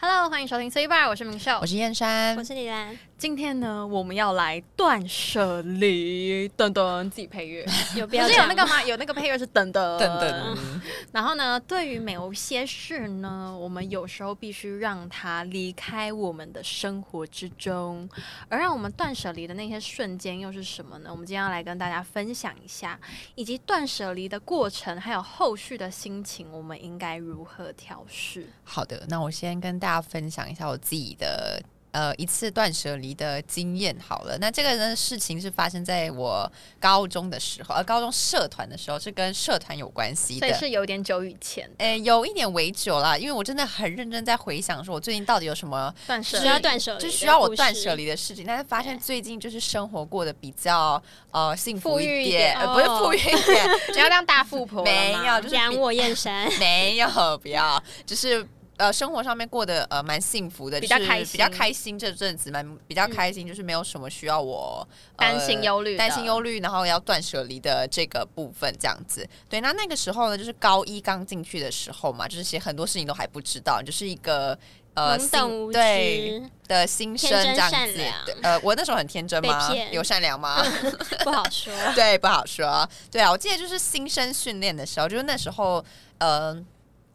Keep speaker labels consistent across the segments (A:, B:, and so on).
A: Hello，欢迎收听 C Bar，我是明秀
B: 我。是燕山
C: 我，是李兰，
A: 今天呢，我们要来断舍离，等等自己配 乐，
C: 有
A: 不
C: 必要
A: 是有
C: 讲
A: 那
C: 吗
A: 个吗？有那个配乐是等等
B: 等等。
A: 然后呢，对于某些事呢，我们有时候必须让它离开我们的生活之中，而让我们断舍离的那些瞬间又是什么呢？我们今天要来跟大家分享一下，以及断舍离的过程，还有后续的心情，我们应该如何调试？
B: 好的，那我先跟大家分享一下我自己的呃一次断舍离的经验好了。那这个呢事情是发生在我高中的时候，呃，高中社团的时候是跟社团有关系
A: 所以
B: 的。
A: 是有点久以前
B: 诶，有一点为久啦，因为我真的很认真在回想，说我最近到底有什么
A: 断舍
C: 需
A: 离
C: 要断舍离，
B: 就需要我断舍。离的事情，但是发现最近就是生活过得比较呃幸
A: 富
B: 福一
A: 裕一
B: 点，
A: 点哦
B: 呃不是
C: 哦
B: 富裕一点，
A: 你要当大富婆了吗
B: 没有，就是呃
C: 养
B: 比
C: 我 燕山，
B: 没有，不要，就是呃，生活上面过得呃蛮幸福的，
A: 比较
B: 就是
A: 开心
B: 比较开心。这阵子蛮比较开心，就是没有什么需要我、呃
A: 担心忧虑的，
B: 担心忧虑，然后要断舍离的这个部分，这样子。对，那那个时候呢，就是高一刚进去的时候嘛，就是其实很多事情都还不知道，就是一个呃
C: 懵
B: 新
C: 懂无
B: 对
C: 知，
B: 的新生
C: 天真
B: 这样
C: 善
B: 子
C: 良。
B: 对呃，我那时候很天真
C: 被
B: 吗？
C: 骗
B: 有善良吗？
C: 不好说。
B: 对，不好说。对啊，我记得就是新生训练的时候，就是那时候，呃，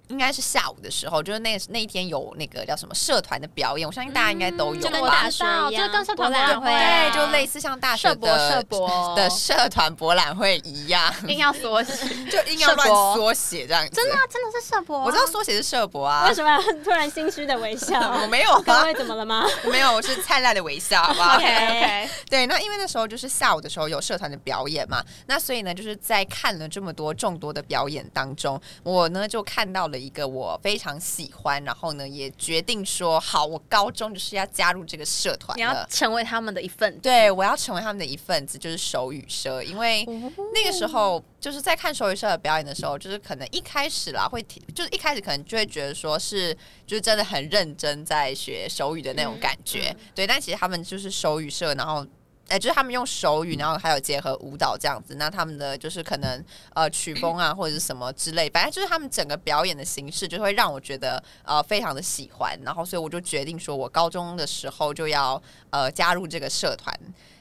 B: 应该是下午的时候，就是那那一天有那个叫什么社团的表演，我相信大家应该都有
C: 就跟
B: 吧。
C: 大学一
A: 就
C: 样，
A: 跟社团
C: 博览
A: 博
C: 会
A: 览
C: 啊，
B: 对，就类似像大学
A: 社博
B: 的
A: 社博
B: 的社团博览会一样，
A: 硬要缩 写，
B: 就硬要乱
A: 社博
B: 缩写这样子。
A: 真的、啊、真的是社博啊、
B: 我知道缩写是社博啊
C: 为，什么要突然心虚的微笑？
B: 我没有
C: 各
B: 啊，
C: 位怎么了 吗？
B: 我没有，我是灿烂的微笑，好不好
A: OK OK，
B: 对，那因为那时候就是下午的时候有社团的表演嘛，那所以呢，就是在看了这么多众多的表演当中，我呢就看到了一个我非常喜欢，然后呢也决定说好，我高中就是要加入这个社团
A: 你要
B: 了。
A: 成为他们的一份子。
B: 对，我要成为他们的一份子，就是手语社，因为那个时候就是在看手语社的表演的时候，就是可能一开始啦，会提就是一开始可能就会觉得说是就是真的很认真在学手语的那种感觉，对。但其实他们就是手语社，然后。哎，就是他们用手语，然后还有结合舞蹈这样子。那他们的就是可能呃曲风啊，或者是什么之类，反正就是他们整个表演的形式，就会让我觉得呃非常的喜欢。然后，所以我就决定说，我高中的时候就要呃加入这个社团。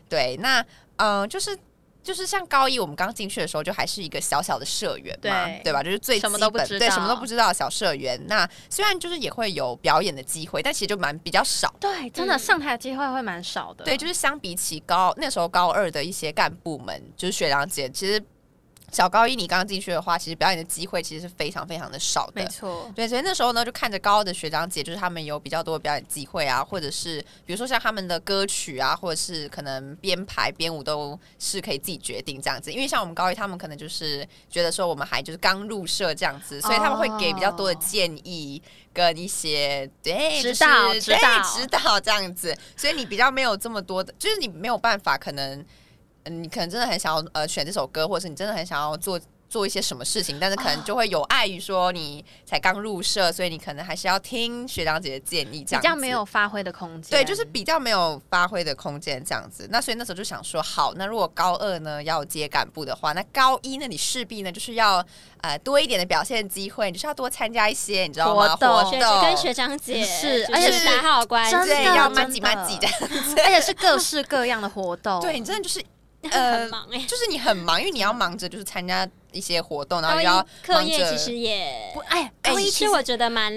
B: 对，那呃就是就是像高一我们刚进去的时候，就还是一个小小的社员嘛，
A: 对
B: 对吧？就是最
A: 什么都
B: 基本
A: 不知
B: 对
A: 道
B: 什么都不知道的小社员。那虽然就是也会有表演的机会，但其实就蛮比较少。
A: 对，真的上台的机会会蛮少的。
B: 对，就是相比起高那时候高二的一些干部们，就是学长姐，其实小高一你刚进去的话，其实表演的机会其实是非常非常的少
A: 没
B: 的。
A: 错。
B: 对，所以那时候呢，就看着高二的学长姐，就是他们有比较多的表演机会啊，或者是比如说像他们的歌曲啊，或者是可能编排编舞都是可以自己决定这样子。因为像我们高一，他们可能就是觉得说我们还就是刚入社这样子，所以他们会给比较多的建议跟一些对
A: 哦指导
B: 就是
A: 指导
B: 对指导这样子。所以你比较没有这么多的，就是你没有办法可能。嗯你可能真的很想要呃选这首歌，或者是你真的很想要做做一些什么事情，但是可能就会有碍于说你才刚入社，所以你可能还是要听学长姐的建议，这
A: 比
B: 样
A: 较
B: 子
A: 没有发挥的空间，
B: 对，就是比较没有发挥的空间这样子。那所以那时候就想说，好，那如果高二呢要接干部的话，那高一那你势必呢就是要呃多一点的表现机会，你就是要多参加一些，你知道吗？
A: 活动
B: 活
C: 学
B: 动
C: 跟学长姐
A: 是
C: 就是
A: 而且
B: 哦是
C: 打好关
A: 真
C: 系，
B: 对
A: 的
B: 要
A: 真
B: 慢几慢几
A: 的
B: 的，
A: 而且是各式各样的活动。
B: 对你真的就是呃
C: 很忙哎。
B: 就是你很忙，因为你要忙着就是参加一一些活动，然后
C: 高
B: 又
C: 一
B: 要
C: 课
B: 忙
C: 业
B: 着
C: 其实也
A: 不，哎，
B: 哎
C: 高一
B: 其
C: 其
B: 实
C: 实我觉得蛮，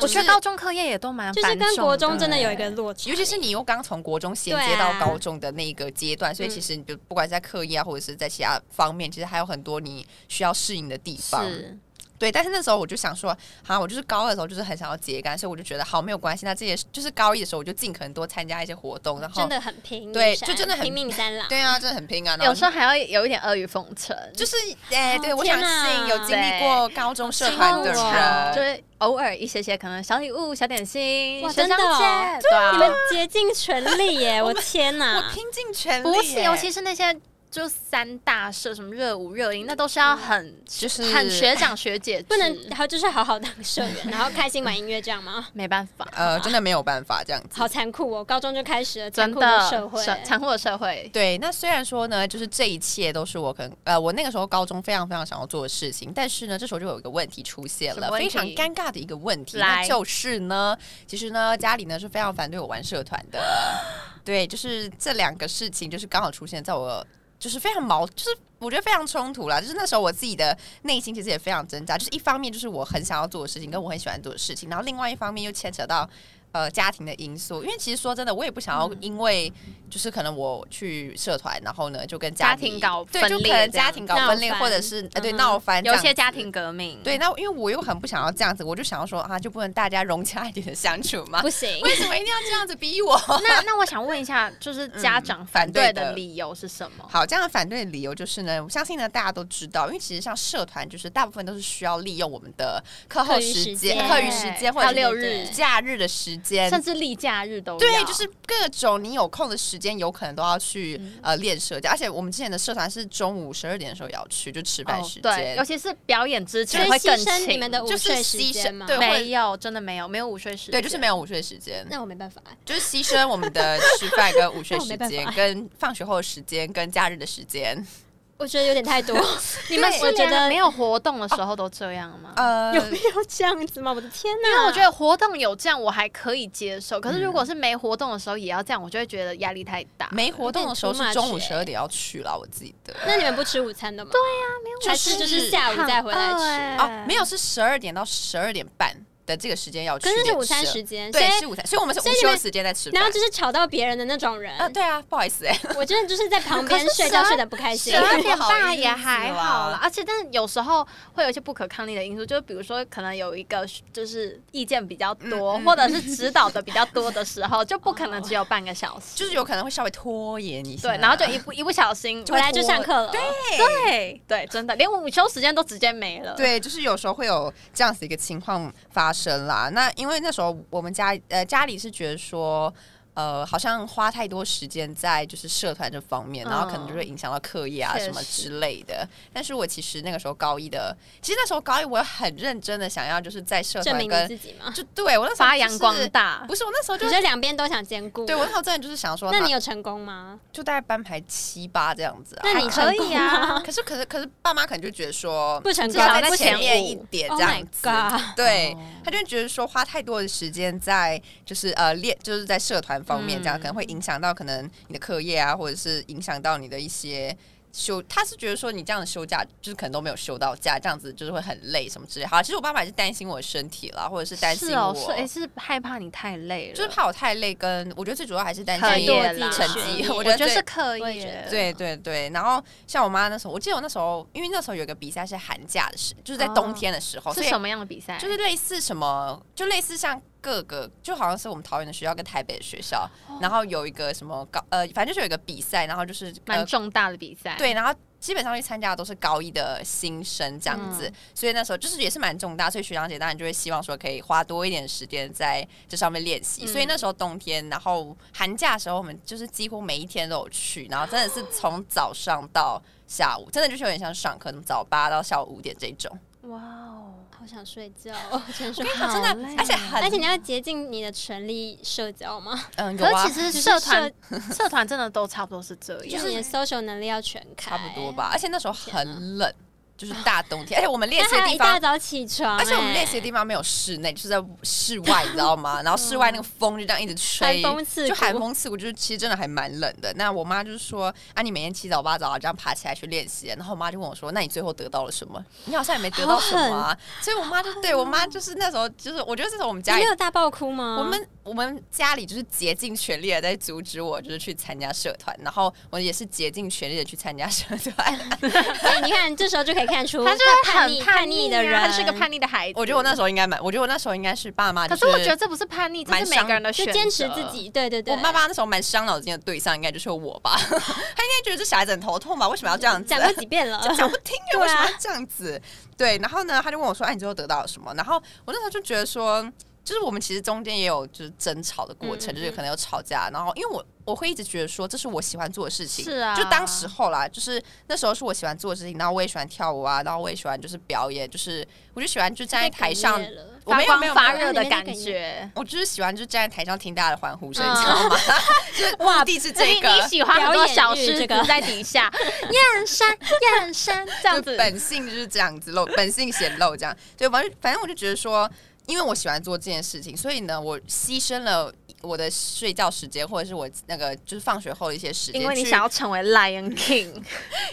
A: 我觉得
B: 是
A: 高中课业也都蛮
C: 就是跟国中真的有一
A: 繁重
C: 个落差，
B: 尤其是你又刚从国中衔接
C: 对
B: 到
C: 啊嗯
B: 高中的那一个阶段，所以其实你就不管是在课业啊，或者是在其他方面，其实还有很多你需要适应的地方。
A: 是
B: 对，但是那时候我就想说，好，我就是高二的时候就是很想要结干，所以我就觉得好没有关系。那这些就是高一的时候，我就尽可能多参加一些活动，然后
C: 真的很拼，
B: 对
C: 女生
B: 就真的很
C: 拼命三郎。
B: 对啊，真的很拼啊。然后
A: 有时候还要有一点阿谀奉承，
B: 就是哎、
C: 哦
B: 对我想
C: 天哪
B: 吸引有经历过高中社
C: 对
B: 团的
C: 好辛苦哦
B: 人，
A: 就是偶尔一些些可能小礼物、小点心，
C: 哇
A: 学
C: 真
A: 长
C: 的哦
A: 姐，对啊
C: 你们竭尽全力耶！我天
B: 我
C: 哪，
B: 拼尽全力耶、
A: 不是，尤其是那些就三大社什么热舞、热音，那都是要很
B: 嗯就是
A: 很学长学姐制，
C: 不能，然后就是好好当社员，然后开心玩音乐这 样吗？
A: 没办法，
B: 呃，真的没有办法这样子。
C: 好残酷哦！高中就开始了残
A: 真
C: 酷的
A: 的
C: 社会，
A: 社残酷的社会，
B: 对，那虽然说呢，就是这一切都是我可能呃，我那个时候高中非常非常想要做的事情，但是呢，这时候就有一个问题出现
A: 什
B: 了
A: 么，问
B: 非常
A: 题
B: 尴尬的一个问题，
A: 来
B: 那就是呢，其实呢，家里呢是非常反对我玩社 团的，对，就是这两个事情就是刚好出现在我，就是非常矛，就是。我觉得非常冲突啦，就是那时候我自己的内心其实也非常挣扎，就是一方面就是我很想要做的事情，跟我很喜欢做的事情，然后另外一方面又牵扯到呃家庭的因素，因为其实说真的，我也不想要
A: 嗯
B: 因为就是可能我去社团，然后呢就跟
A: 家
B: 里
A: 庭搞
B: 对，
A: 分
B: 就可
A: 裂
B: 能
A: 这样
B: 家庭搞分裂，
C: 闹翻
B: 或者是呃对
C: 嗯哼
B: 闹翻，
A: 有一些家。庭革命，
B: 对， 那因为我又很不想要这样子，我就想要说啊，就不能大家融洽一点的相处吗？
C: 不行，
B: 为什么一定要这样子逼我？
A: 那那我想问一下，就是家长反
B: 嗯反对
A: 对
B: 的
A: 的理由是什么？
B: 好，这样的反对的理由就是呢，我相信呢大家都知道，因为其实像社团就是大部分都是需要利用我们的课后
C: 课余
B: 时
C: 时
B: 间、
C: 间
B: 课余时间或者
A: 还有六
B: 是
A: 日啊
B: 假日的时间，
A: 甚至例假日都
B: 对，
A: 要哦
B: 就是各种你有空的时间，有可能都要去、呃练社交，而且我们之前的社团是中午十二点的时候也要去，就吃饭
A: 哦
B: 时，
A: 对，
B: 间。
A: 尤其是表演之
C: 所
A: 前
C: 以
A: 会更
C: 牺牲你
A: 勤
C: 们的午
B: 就是
C: 睡时
B: 牺牲
C: 间吗？
B: 对
A: 没有，真的没有，没有午睡时间，
B: 对，就是没有午睡时间，
C: 那我没办法哎，
B: 就是牺牲我们的吃饭跟午睡时
C: 那我没
B: 间
C: 办，
B: 跟放学后的时间，跟假日的时间。
C: 我觉得有点太多。你
A: 你们
C: 们
A: 是
C: 我觉
A: 连
C: 得
A: 没有活动
B: 哦
A: 的时候都这样吗？
B: 呃，
C: 有必要这样子吗？我的天哪！
A: 因为我觉得活动有这样我还可以接受，可是如
B: 嗯
A: 果是没活动的时候也要这样，我就会觉得压力太大。
B: 没活动的时候是中午
C: 有点 too much
B: 十二点要去了，我记得。
C: 那你们不吃午餐的吗？对呀，没有还是就是下午再回来吃。
B: 哦，没有是十二点到十二点半的这个时间要去
C: 可
B: 练社，
C: 是是午餐时间，所以
B: 对，是午餐，所以我们是午
C: 所以你
B: 休
C: 们
B: 时间在吃
C: 然后
B: 饭。
C: 就是吵到别人的那种人。
B: 啊，对啊，不好意思哎，
C: 我真的就是在旁
A: 可
C: 边
A: 是啊
C: 睡觉睡得不开心
A: 十。
B: 12
A: 二
B: 点
A: 点
B: 半
A: 半
B: 也
A: 也
B: 还
A: 还
B: 好
A: 好
B: 啦
A: 啦，而且但是有时候会有一些不可抗力的因素，就比如说可能有一个就是意见比较多，
B: 嗯嗯哦
A: 或者是指导的比较多的时候，就不可能只有半个小时。
B: 就是有啊可能会稍微拖延一下，
A: 对，然后就一不一不小心，
C: 回来就上课了，呃
A: 对对，真的连午休时间都直接没了。，
B: 对，就是有时候会有这样子一个情况发生啦。那因为那时候我们家呃家里是觉得说。呃，好像花太多时间在就是社团这方面，然后可能
C: 嗯
B: 就会影响到课业啊
A: 确
B: 什么
A: 实
B: 之类的。但是我其实那个时候高一的，其实那时候高一我很认真的想要就是在社
C: 证
B: 团
C: 明
B: 跟
C: 你自己 嘛。
B: 就对我那时候
A: 发
B: 就
A: 扬
B: 是
A: 光，大。
B: 不是我那时候就
C: 你说两边都想兼顾，
B: 对我那时候真的就是想说，啊
C: 那你有成功吗？
B: 就大概班排七八这样子啊。
C: 那你
A: 可以啊，
B: 可是可是可是爸妈可能就觉得说
C: 不成功
B: 至少在
A: 不
B: 前
A: 前
B: 面
A: 五
B: 一点
C: Oh
B: 这
C: my
B: 样子。
C: god！
B: 对
A: 哦，
B: 他就觉得说花太多的时间在就是呃练，就是在社团方面，这
C: 嗯
B: 样、可能会影响到可能你的课业啊，或者是影响到你的一些休。他是觉得说你这样的休假就是可能都没有休到假，这样子就是会很累什么之类的。好，其实我爸爸也是担心我的身体啦，或者是担
A: 是
B: 心我，
A: 哦，是哎，是害怕你太累了，
B: 就是怕我太累，跟我觉得最主要还是担
A: 课
B: 心
A: 业
C: 啦
B: 成绩。
C: 我
B: 我
A: 我
B: 觉得
A: 觉得
B: 最
A: 是课
C: 我也觉
A: 业
C: 得。
B: 对对对，然后像我妈那时候，我记得我那时候，因为那时候有一个比赛是寒假的时，就是在冬
A: 哦
B: 天的时候，
A: 是
B: 所以
A: 什么样的比赛？
B: 就是类似什么，就类似像各个，就好像是我们桃园的学校跟台北的学校，
A: 哦
B: 然后有一个什么高呃，反正就是有一个比赛，然后就是
A: 蛮
B: 呃
A: 重大的比赛。
B: 对，然后基本上去参加的都是高一的新生这样
A: 嗯
B: 子，所以那时候就是也是蛮重大，所以学长姐当然就会希望说可以花多一点时间在这上面练
A: 嗯
B: 习，所以那时候冬天，然后寒假的时候，我们就是几乎每一天都有去，然后真的是从早上到下午，真的就是有点像上课，什么早八到下午五点这种，
A: 哇 哦，
C: 好想睡觉哦，真是。
A: 好
B: 啊真的
A: 累，哦
B: 而且很，
C: 而且你要竭尽你的全力社交吗？
B: 嗯，有
A: 可
B: 啊
A: 是。其实
C: 只是
A: 社团社团真的都差不多是这
C: 就
A: 样，
C: 是你的 social 能力要全开，
B: 差不多。吧。而且那时候
C: 天哪
B: 很冷，就是大冬天，而且我们练
C: 但
B: 习的
C: 还要
B: 地
C: 一大
B: 方。
C: 早起床，
B: 而且我们练习的
C: 哎
B: 地方没有室内，就是在室外，你知道吗？然后室外那个风就这样一直吹，
C: 寒风刺骨
B: 就寒风刺骨，就是其实真的还蛮冷的。那我妈就是说，啊，你每天七早八早啊这样爬起来去练习，然后我妈就问我说，那你最后得到了什么？你好像也没得到什么啊。所以我妈就对我妈就是那时候就是，我觉得这是我们家
C: 你
B: 里
C: 没有大爆哭吗？
B: 我们我们家里就是竭尽全力的在阻止我，就是去参加社团，然后我也是竭尽全力的去参加社团。
C: 哎，你看这时候就可以 看出
A: 他就是
C: 他
A: 很
C: 逆
A: 叛
C: 叛逆
A: 啊
C: 的人，
A: 他是个叛逆的孩子。
B: 我觉得我那时候应该蛮，我觉得我那时候应该是爸妈、
A: 可
B: 就是
A: 我觉得这不是叛逆，这
B: 蛮
A: 是每
B: 伤
A: 个人的选
C: 就
A: 择。
C: 坚持自。己。对对对，
B: 我爸妈那时候蛮伤脑筋的对象，应该就是我吧。 他应该觉得这小孩子很头痛吧？为什么要这样子
C: 讲？过几遍了，
B: 讲不听啊，
C: 对啊
B: 为什么要这样子？对，然后呢，他就问我说：“哎，你最后得到了什么？”然后我那时候就觉得说，就是我们其实中间也有就是争吵的过程，
C: 嗯嗯嗯
B: 就是可能有吵架，然后因为我我会一直觉得说这是我喜欢做的事情，
A: 是啊
B: 就当时候啦，就是那时候是我喜欢做的事情，然后我也喜欢跳舞啊，然后我也喜欢就是表演，就是我就喜欢就站在台上，我
A: 发
B: 没有没有
A: 光发
B: 没有
A: 热的
C: 没有
A: 感
C: 没有
A: 觉。
B: 我就是喜欢就站在台上听大家的欢呼声，
A: 嗯
B: 你知道吗？ 就是目的是 这
A: 你
B: 个
A: 你，喜欢很多小狮
C: 表演欲
A: 子
C: 这个
A: 在底下， 燕山燕山这样
B: 就
A: 子，
B: 本性就是这样子露，本性显露这样。对，反正反正我就觉得说，因为我喜欢做这件事情，所以呢，我牺牲了我的睡觉时间，或者是我那个就是放学后的一些时间，
A: 因为你想要成为 Lion King，
B: 去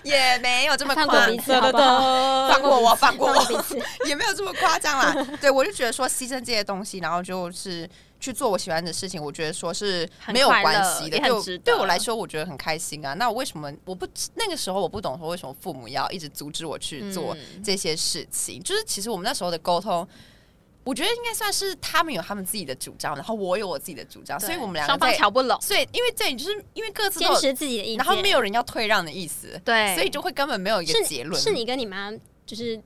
B: 也没有这么
C: 放
B: 夸
C: 过
B: 张
C: 彼，此好不好？
B: 放过我，放过
C: 放过彼
B: 我，
C: 此，
B: 也没有这么夸张啦。 对，我就觉得说牺牲这些东西，然后就是。去做我喜欢的事情，我觉得说是
A: 很
B: 没有
A: 快乐
B: 关系的，
A: 也很
B: 对我
A: 值得
B: 对我来说，我觉得很开心啊。那我为什么我不那个时候我不懂说为什么父母要一直阻止我去做
A: 嗯
B: 这些事情。就是其实我们那时候的沟通，我觉得应该算是他们有他们自己的主张，然后我有我自己的主张， 所以
A: 对
B: 我们两个
A: 双方
B: 在，
A: 瞧不拢，
B: 所以因为对，就是因为各自都
C: 坚
B: 有，
C: 持自己的意见，
B: 然后没有人要退让的意思，
A: 对，
B: 所以就会根本没有一个
C: 是
B: 结论。
C: 是你跟你妈就是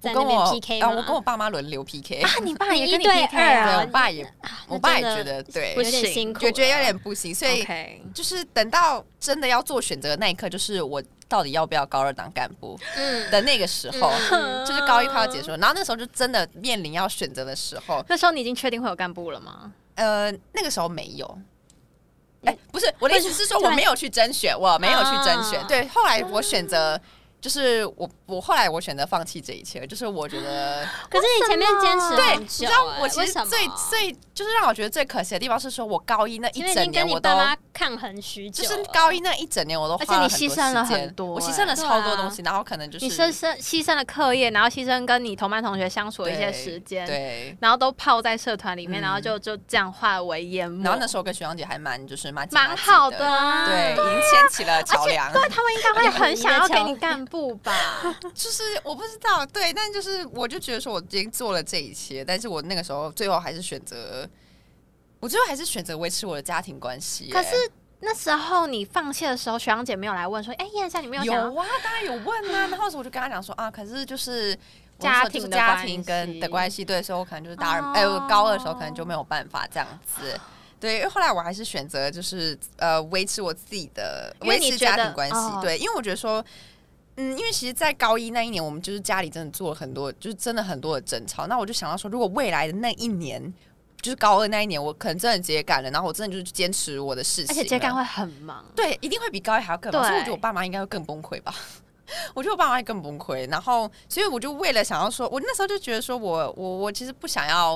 C: 在
B: 我
C: 那
B: 跟
C: 边
B: 我
C: PK
B: 啊
C: 吗？
B: 我跟我爸妈轮流 PK，、
A: 啊，你爸也
C: 你
A: 跟你
C: 一对
A: PK
C: 二
B: 对
C: 啊
B: 我爸也，我爸也
C: 那
B: 觉
C: 真的
B: 得对
A: 不
C: 有点
A: 行
C: 辛苦了，
B: 我觉得有点不行，所以
A: OK，
B: 就是等到真的要做选择的那一刻，就是我到底要不要高二当干部
C: 嗯，
B: 的那个时候，
C: 嗯
B: 就是高一快要结束，然后那时候就真的面临要选择的时候，
A: 那时候你已经确定会有干部了吗？
B: 呃，那个时候没有。哎、不是我的意思是说我没有去甄选，我没有去甄选。
C: 啊嗯
B: 对，后来我选择，就是我我后来我选择放弃这一切，就是我觉得，
C: 可是你前面坚持
B: 对，哎
C: 很
B: 你知
C: 久欸，
B: 道我其
C: 为
B: 实
C: 什么
B: 最最就是让我觉得最可惜的地方是说，我高一那
C: 因为
B: 一
C: 已
B: 整
C: 经跟
B: 年
C: 你
B: 我都
C: 爸妈抗衡许久
B: 就
C: 了，
B: 是高一那一整年我都花
A: 而且你牺牲了很多
B: 我
A: 欸
B: 牺牲了超
C: 啊
B: 多哎东西，然后可能就是
A: 你牺牲牺牲了课业，然后牺牲跟你同班同学相处的一些时间，
B: 对。
A: 然后都泡在社团里面，
B: 嗯
A: 然后就就这样化为烟幕。
B: 然后那时候跟学长姐还蛮就是蛮
A: 蛮好的
B: 的，
A: 啊，
B: 对，已经牵起了桥梁。
A: 他们应该会很想要给你干部吧？
B: 就是我不知道，对，但就是我就觉得说我已经做了这一切，但是我那个时候最后还是选择，我最后还是选择维持我的家庭关系耶、
A: 可是那时候你放弃的时候，学长姐没有来问说：“哎、燕山，你没有
B: 有
A: 想要
B: 啊，当然有问 啊。然后我就跟他讲说啊，可是就是我
A: 家
B: 那时候就是
A: 庭的
B: 家
A: 关
B: 庭
A: 系
B: 跟的关系，对，所以我可能就是大二，
A: 哦
B: 哎、我高二的时候可能就没有办法这样子。对，因为后来我还是选择就是呃维持我自己的
A: 因为
B: 维
A: 你
B: 持
A: 觉得
B: 家庭关系，
A: 哦
B: 对，因为我觉得说。嗯，因为其实，在高一那一年，我们就是家里真的做了很多，就是真的很多的争吵。那我就想到说，如果未来的那一年，就是高二那一年，我可能真的接杆了，然后我真的就是坚持我的事？”情了，
A: 而且接干会很忙，
B: 对，一定会比高一还要更忙。
A: 对
B: 所以我觉得我爸妈应该会更崩溃吧。 我觉得我爸妈会更崩溃，然后，所以我就为了想要说，我那时候就觉得说我我我其实不想要，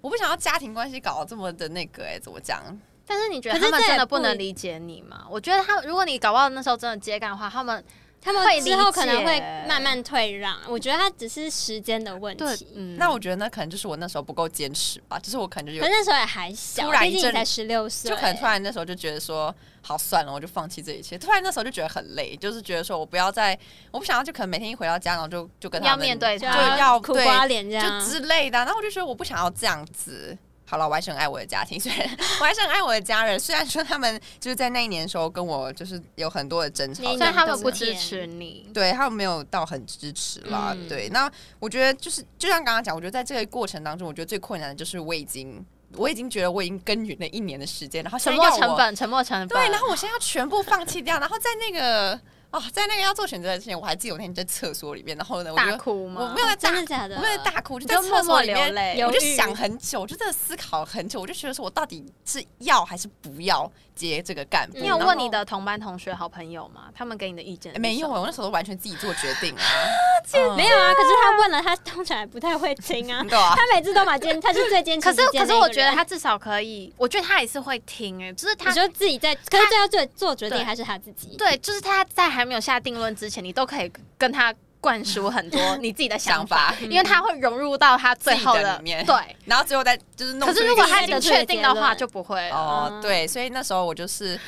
B: 我不想要家庭关系搞得这么的那个、哎，怎么讲？
A: 但是你觉得
C: 可是
A: 他们
C: 这也
A: 真的不
C: 不
A: 能
C: 一
A: 理解你吗？我觉得他，如果你搞不好那时候真的接干的话，他们
C: 他
A: 会
C: 们
A: 理
C: 之后可能会
A: 解
C: 慢慢退让，我觉得他只是时间的问
A: 对，
C: 题。
A: 嗯
B: 那我觉得那可能就是我那时候不够坚持吧，就是我可能就
C: 可
B: 有
C: 是，那时候也还小，
B: 突然一
C: 毕竟
B: 阵
C: 你才十六岁，
B: 就可
A: 哎
B: 能突然那时候就觉得说，好算了，我就放弃这一切。突然那时候就觉得很累，就是觉得说我不要再，我不想要，就可能每天一回到家，然后就就跟他
A: 要
B: 们
A: 面对
C: 就
A: 他，
B: 要
C: 苦
B: 对
C: 瓜脸这样，
B: 就之类的啊、然后我就觉得我不想要这样子。好了，我还是很爱我的家庭， 虽然我还是很爱我的家人，虽然说他们就是在那一年的时候跟我就是有很多的争吵
C: 那一，
A: 虽
B: 但
A: 然
C: 年
A: 他们不支持你，
B: 对他们没有到很支持啦。
A: 嗯
B: 对，那我觉得就是就像刚刚讲，我觉得在这个过程当中，我觉得最困难的就是我已经我已经觉得我已经耕耘了一年的时间，然后
A: 沉
B: 现在
A: 默
B: 要
A: 成
B: 我
A: 本，沉默成本，
B: 对，然后我现在要全部放弃掉，然后在那个哦，在那个要做选择之前，我还记得我那天在厕所里面，然后呢，我
A: 大
B: 就
A: 哭
B: 我
A: 吗
B: 没？有在大
C: 真的假的？
B: 我为了大哭，就
A: 你
B: 在
A: 就默
B: 厕所
A: 默
B: 里
A: 流
B: 面，
A: 泪
C: 有，
B: 我就
C: 犹豫
B: 想很久，我就真的思考很久，我就觉得说我到底是要还是不要接这个干部？
A: 你有
B: 然
A: 问
B: 后
A: 你的同班同学、好朋友吗？他们给你的意见是
B: 哎没有
A: 什
B: 啊？
A: 么？
B: 我那时候都完全自己做决定啊，嗯
C: 没有啊，可是他问了，他通常也不太会听啊。
B: 对啊
C: 他，每次都把坚，他是最坚持
A: 可
C: 己
A: 是
C: 见的
A: 可
C: 一个人。
A: 是我觉得他至少可以，我觉得他也是会听诶、就是他
C: 你说自己在，可是最后做做决
A: 对
C: 定还是他自己。
A: 对，就是他在还没有下定论之前，你都可以跟他灌输很多你自己的想
B: 想
A: 法，
B: 法。
A: 因为他会融入到他最后
B: 自己的
A: 的
B: 里面
A: 对。
B: 然后最后再就是弄
A: 可
B: 出一
A: 是
B: 个。哦
A: 如果他已
C: 自己
A: 经嗯
C: 的
A: 确定的
C: 结
A: 话，
C: 论
A: 就不会了。
B: 哦，对，所以那时候我就是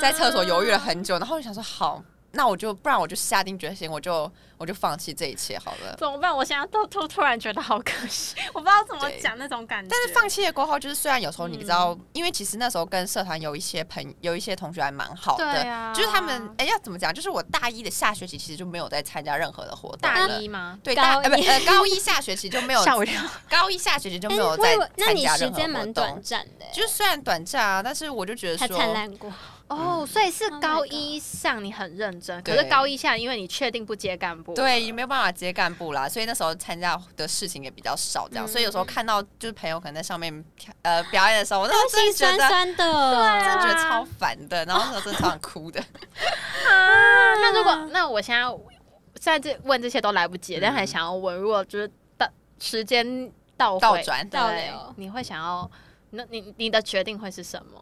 B: 在厕所犹豫了很久，然后我就想说，好，那我就不然我就下定决心，我就我就放弃这一切好了。
A: 怎么办？我现在都突突然觉得好可惜，我不知道怎么讲那种感觉。
B: 但是放弃了过后，就是虽然有时候你知道，
C: 嗯
B: 因为其实那时候跟社团有一些朋有一些同学还蛮好
A: 对
B: 的，
A: 啊，
B: 就是他们哎、要怎么讲？就是我大一的下学期其实就没有再参加任何的活动
A: 大
B: 了。
A: 一吗？
B: 对大
C: 高
B: 呃不呃高一下学期就 没有
A: 吓我一跳。
B: 高一下学期就没
C: 但
B: 有
C: 我
B: 再
C: 以为那
B: 参
C: 你
B: 加
C: 时
B: 任何
C: 间
B: 活
C: 蛮短
B: 动。
C: 暂的欸，
B: 就是虽然短暂啊，但是我就觉得
C: 还
B: 说，
C: 灿烂过。
A: 哦，所以是
C: Oh my
A: 高
C: god
A: 一上你很认真，可
B: 对
A: 是高一下因为你确定不接干部，
B: 对，也没有办法接干部啦，所以那时候参加的事情也比较少，这样，
A: 嗯
B: 所以有时候看到就是朋友可能在上面跳呃表演的时候，我那时候真
C: 心
B: 的觉
C: 酸
B: 得。
C: 酸的，
B: 真的觉得超烦的，然后那时候真的超想哭的。
A: 啊。那如果那我现在现在这问这些都来不及，但还想要问，如果就是到时间倒回
B: 倒转
A: 对
C: 倒流
A: 你会想要那你你的决定会是什么？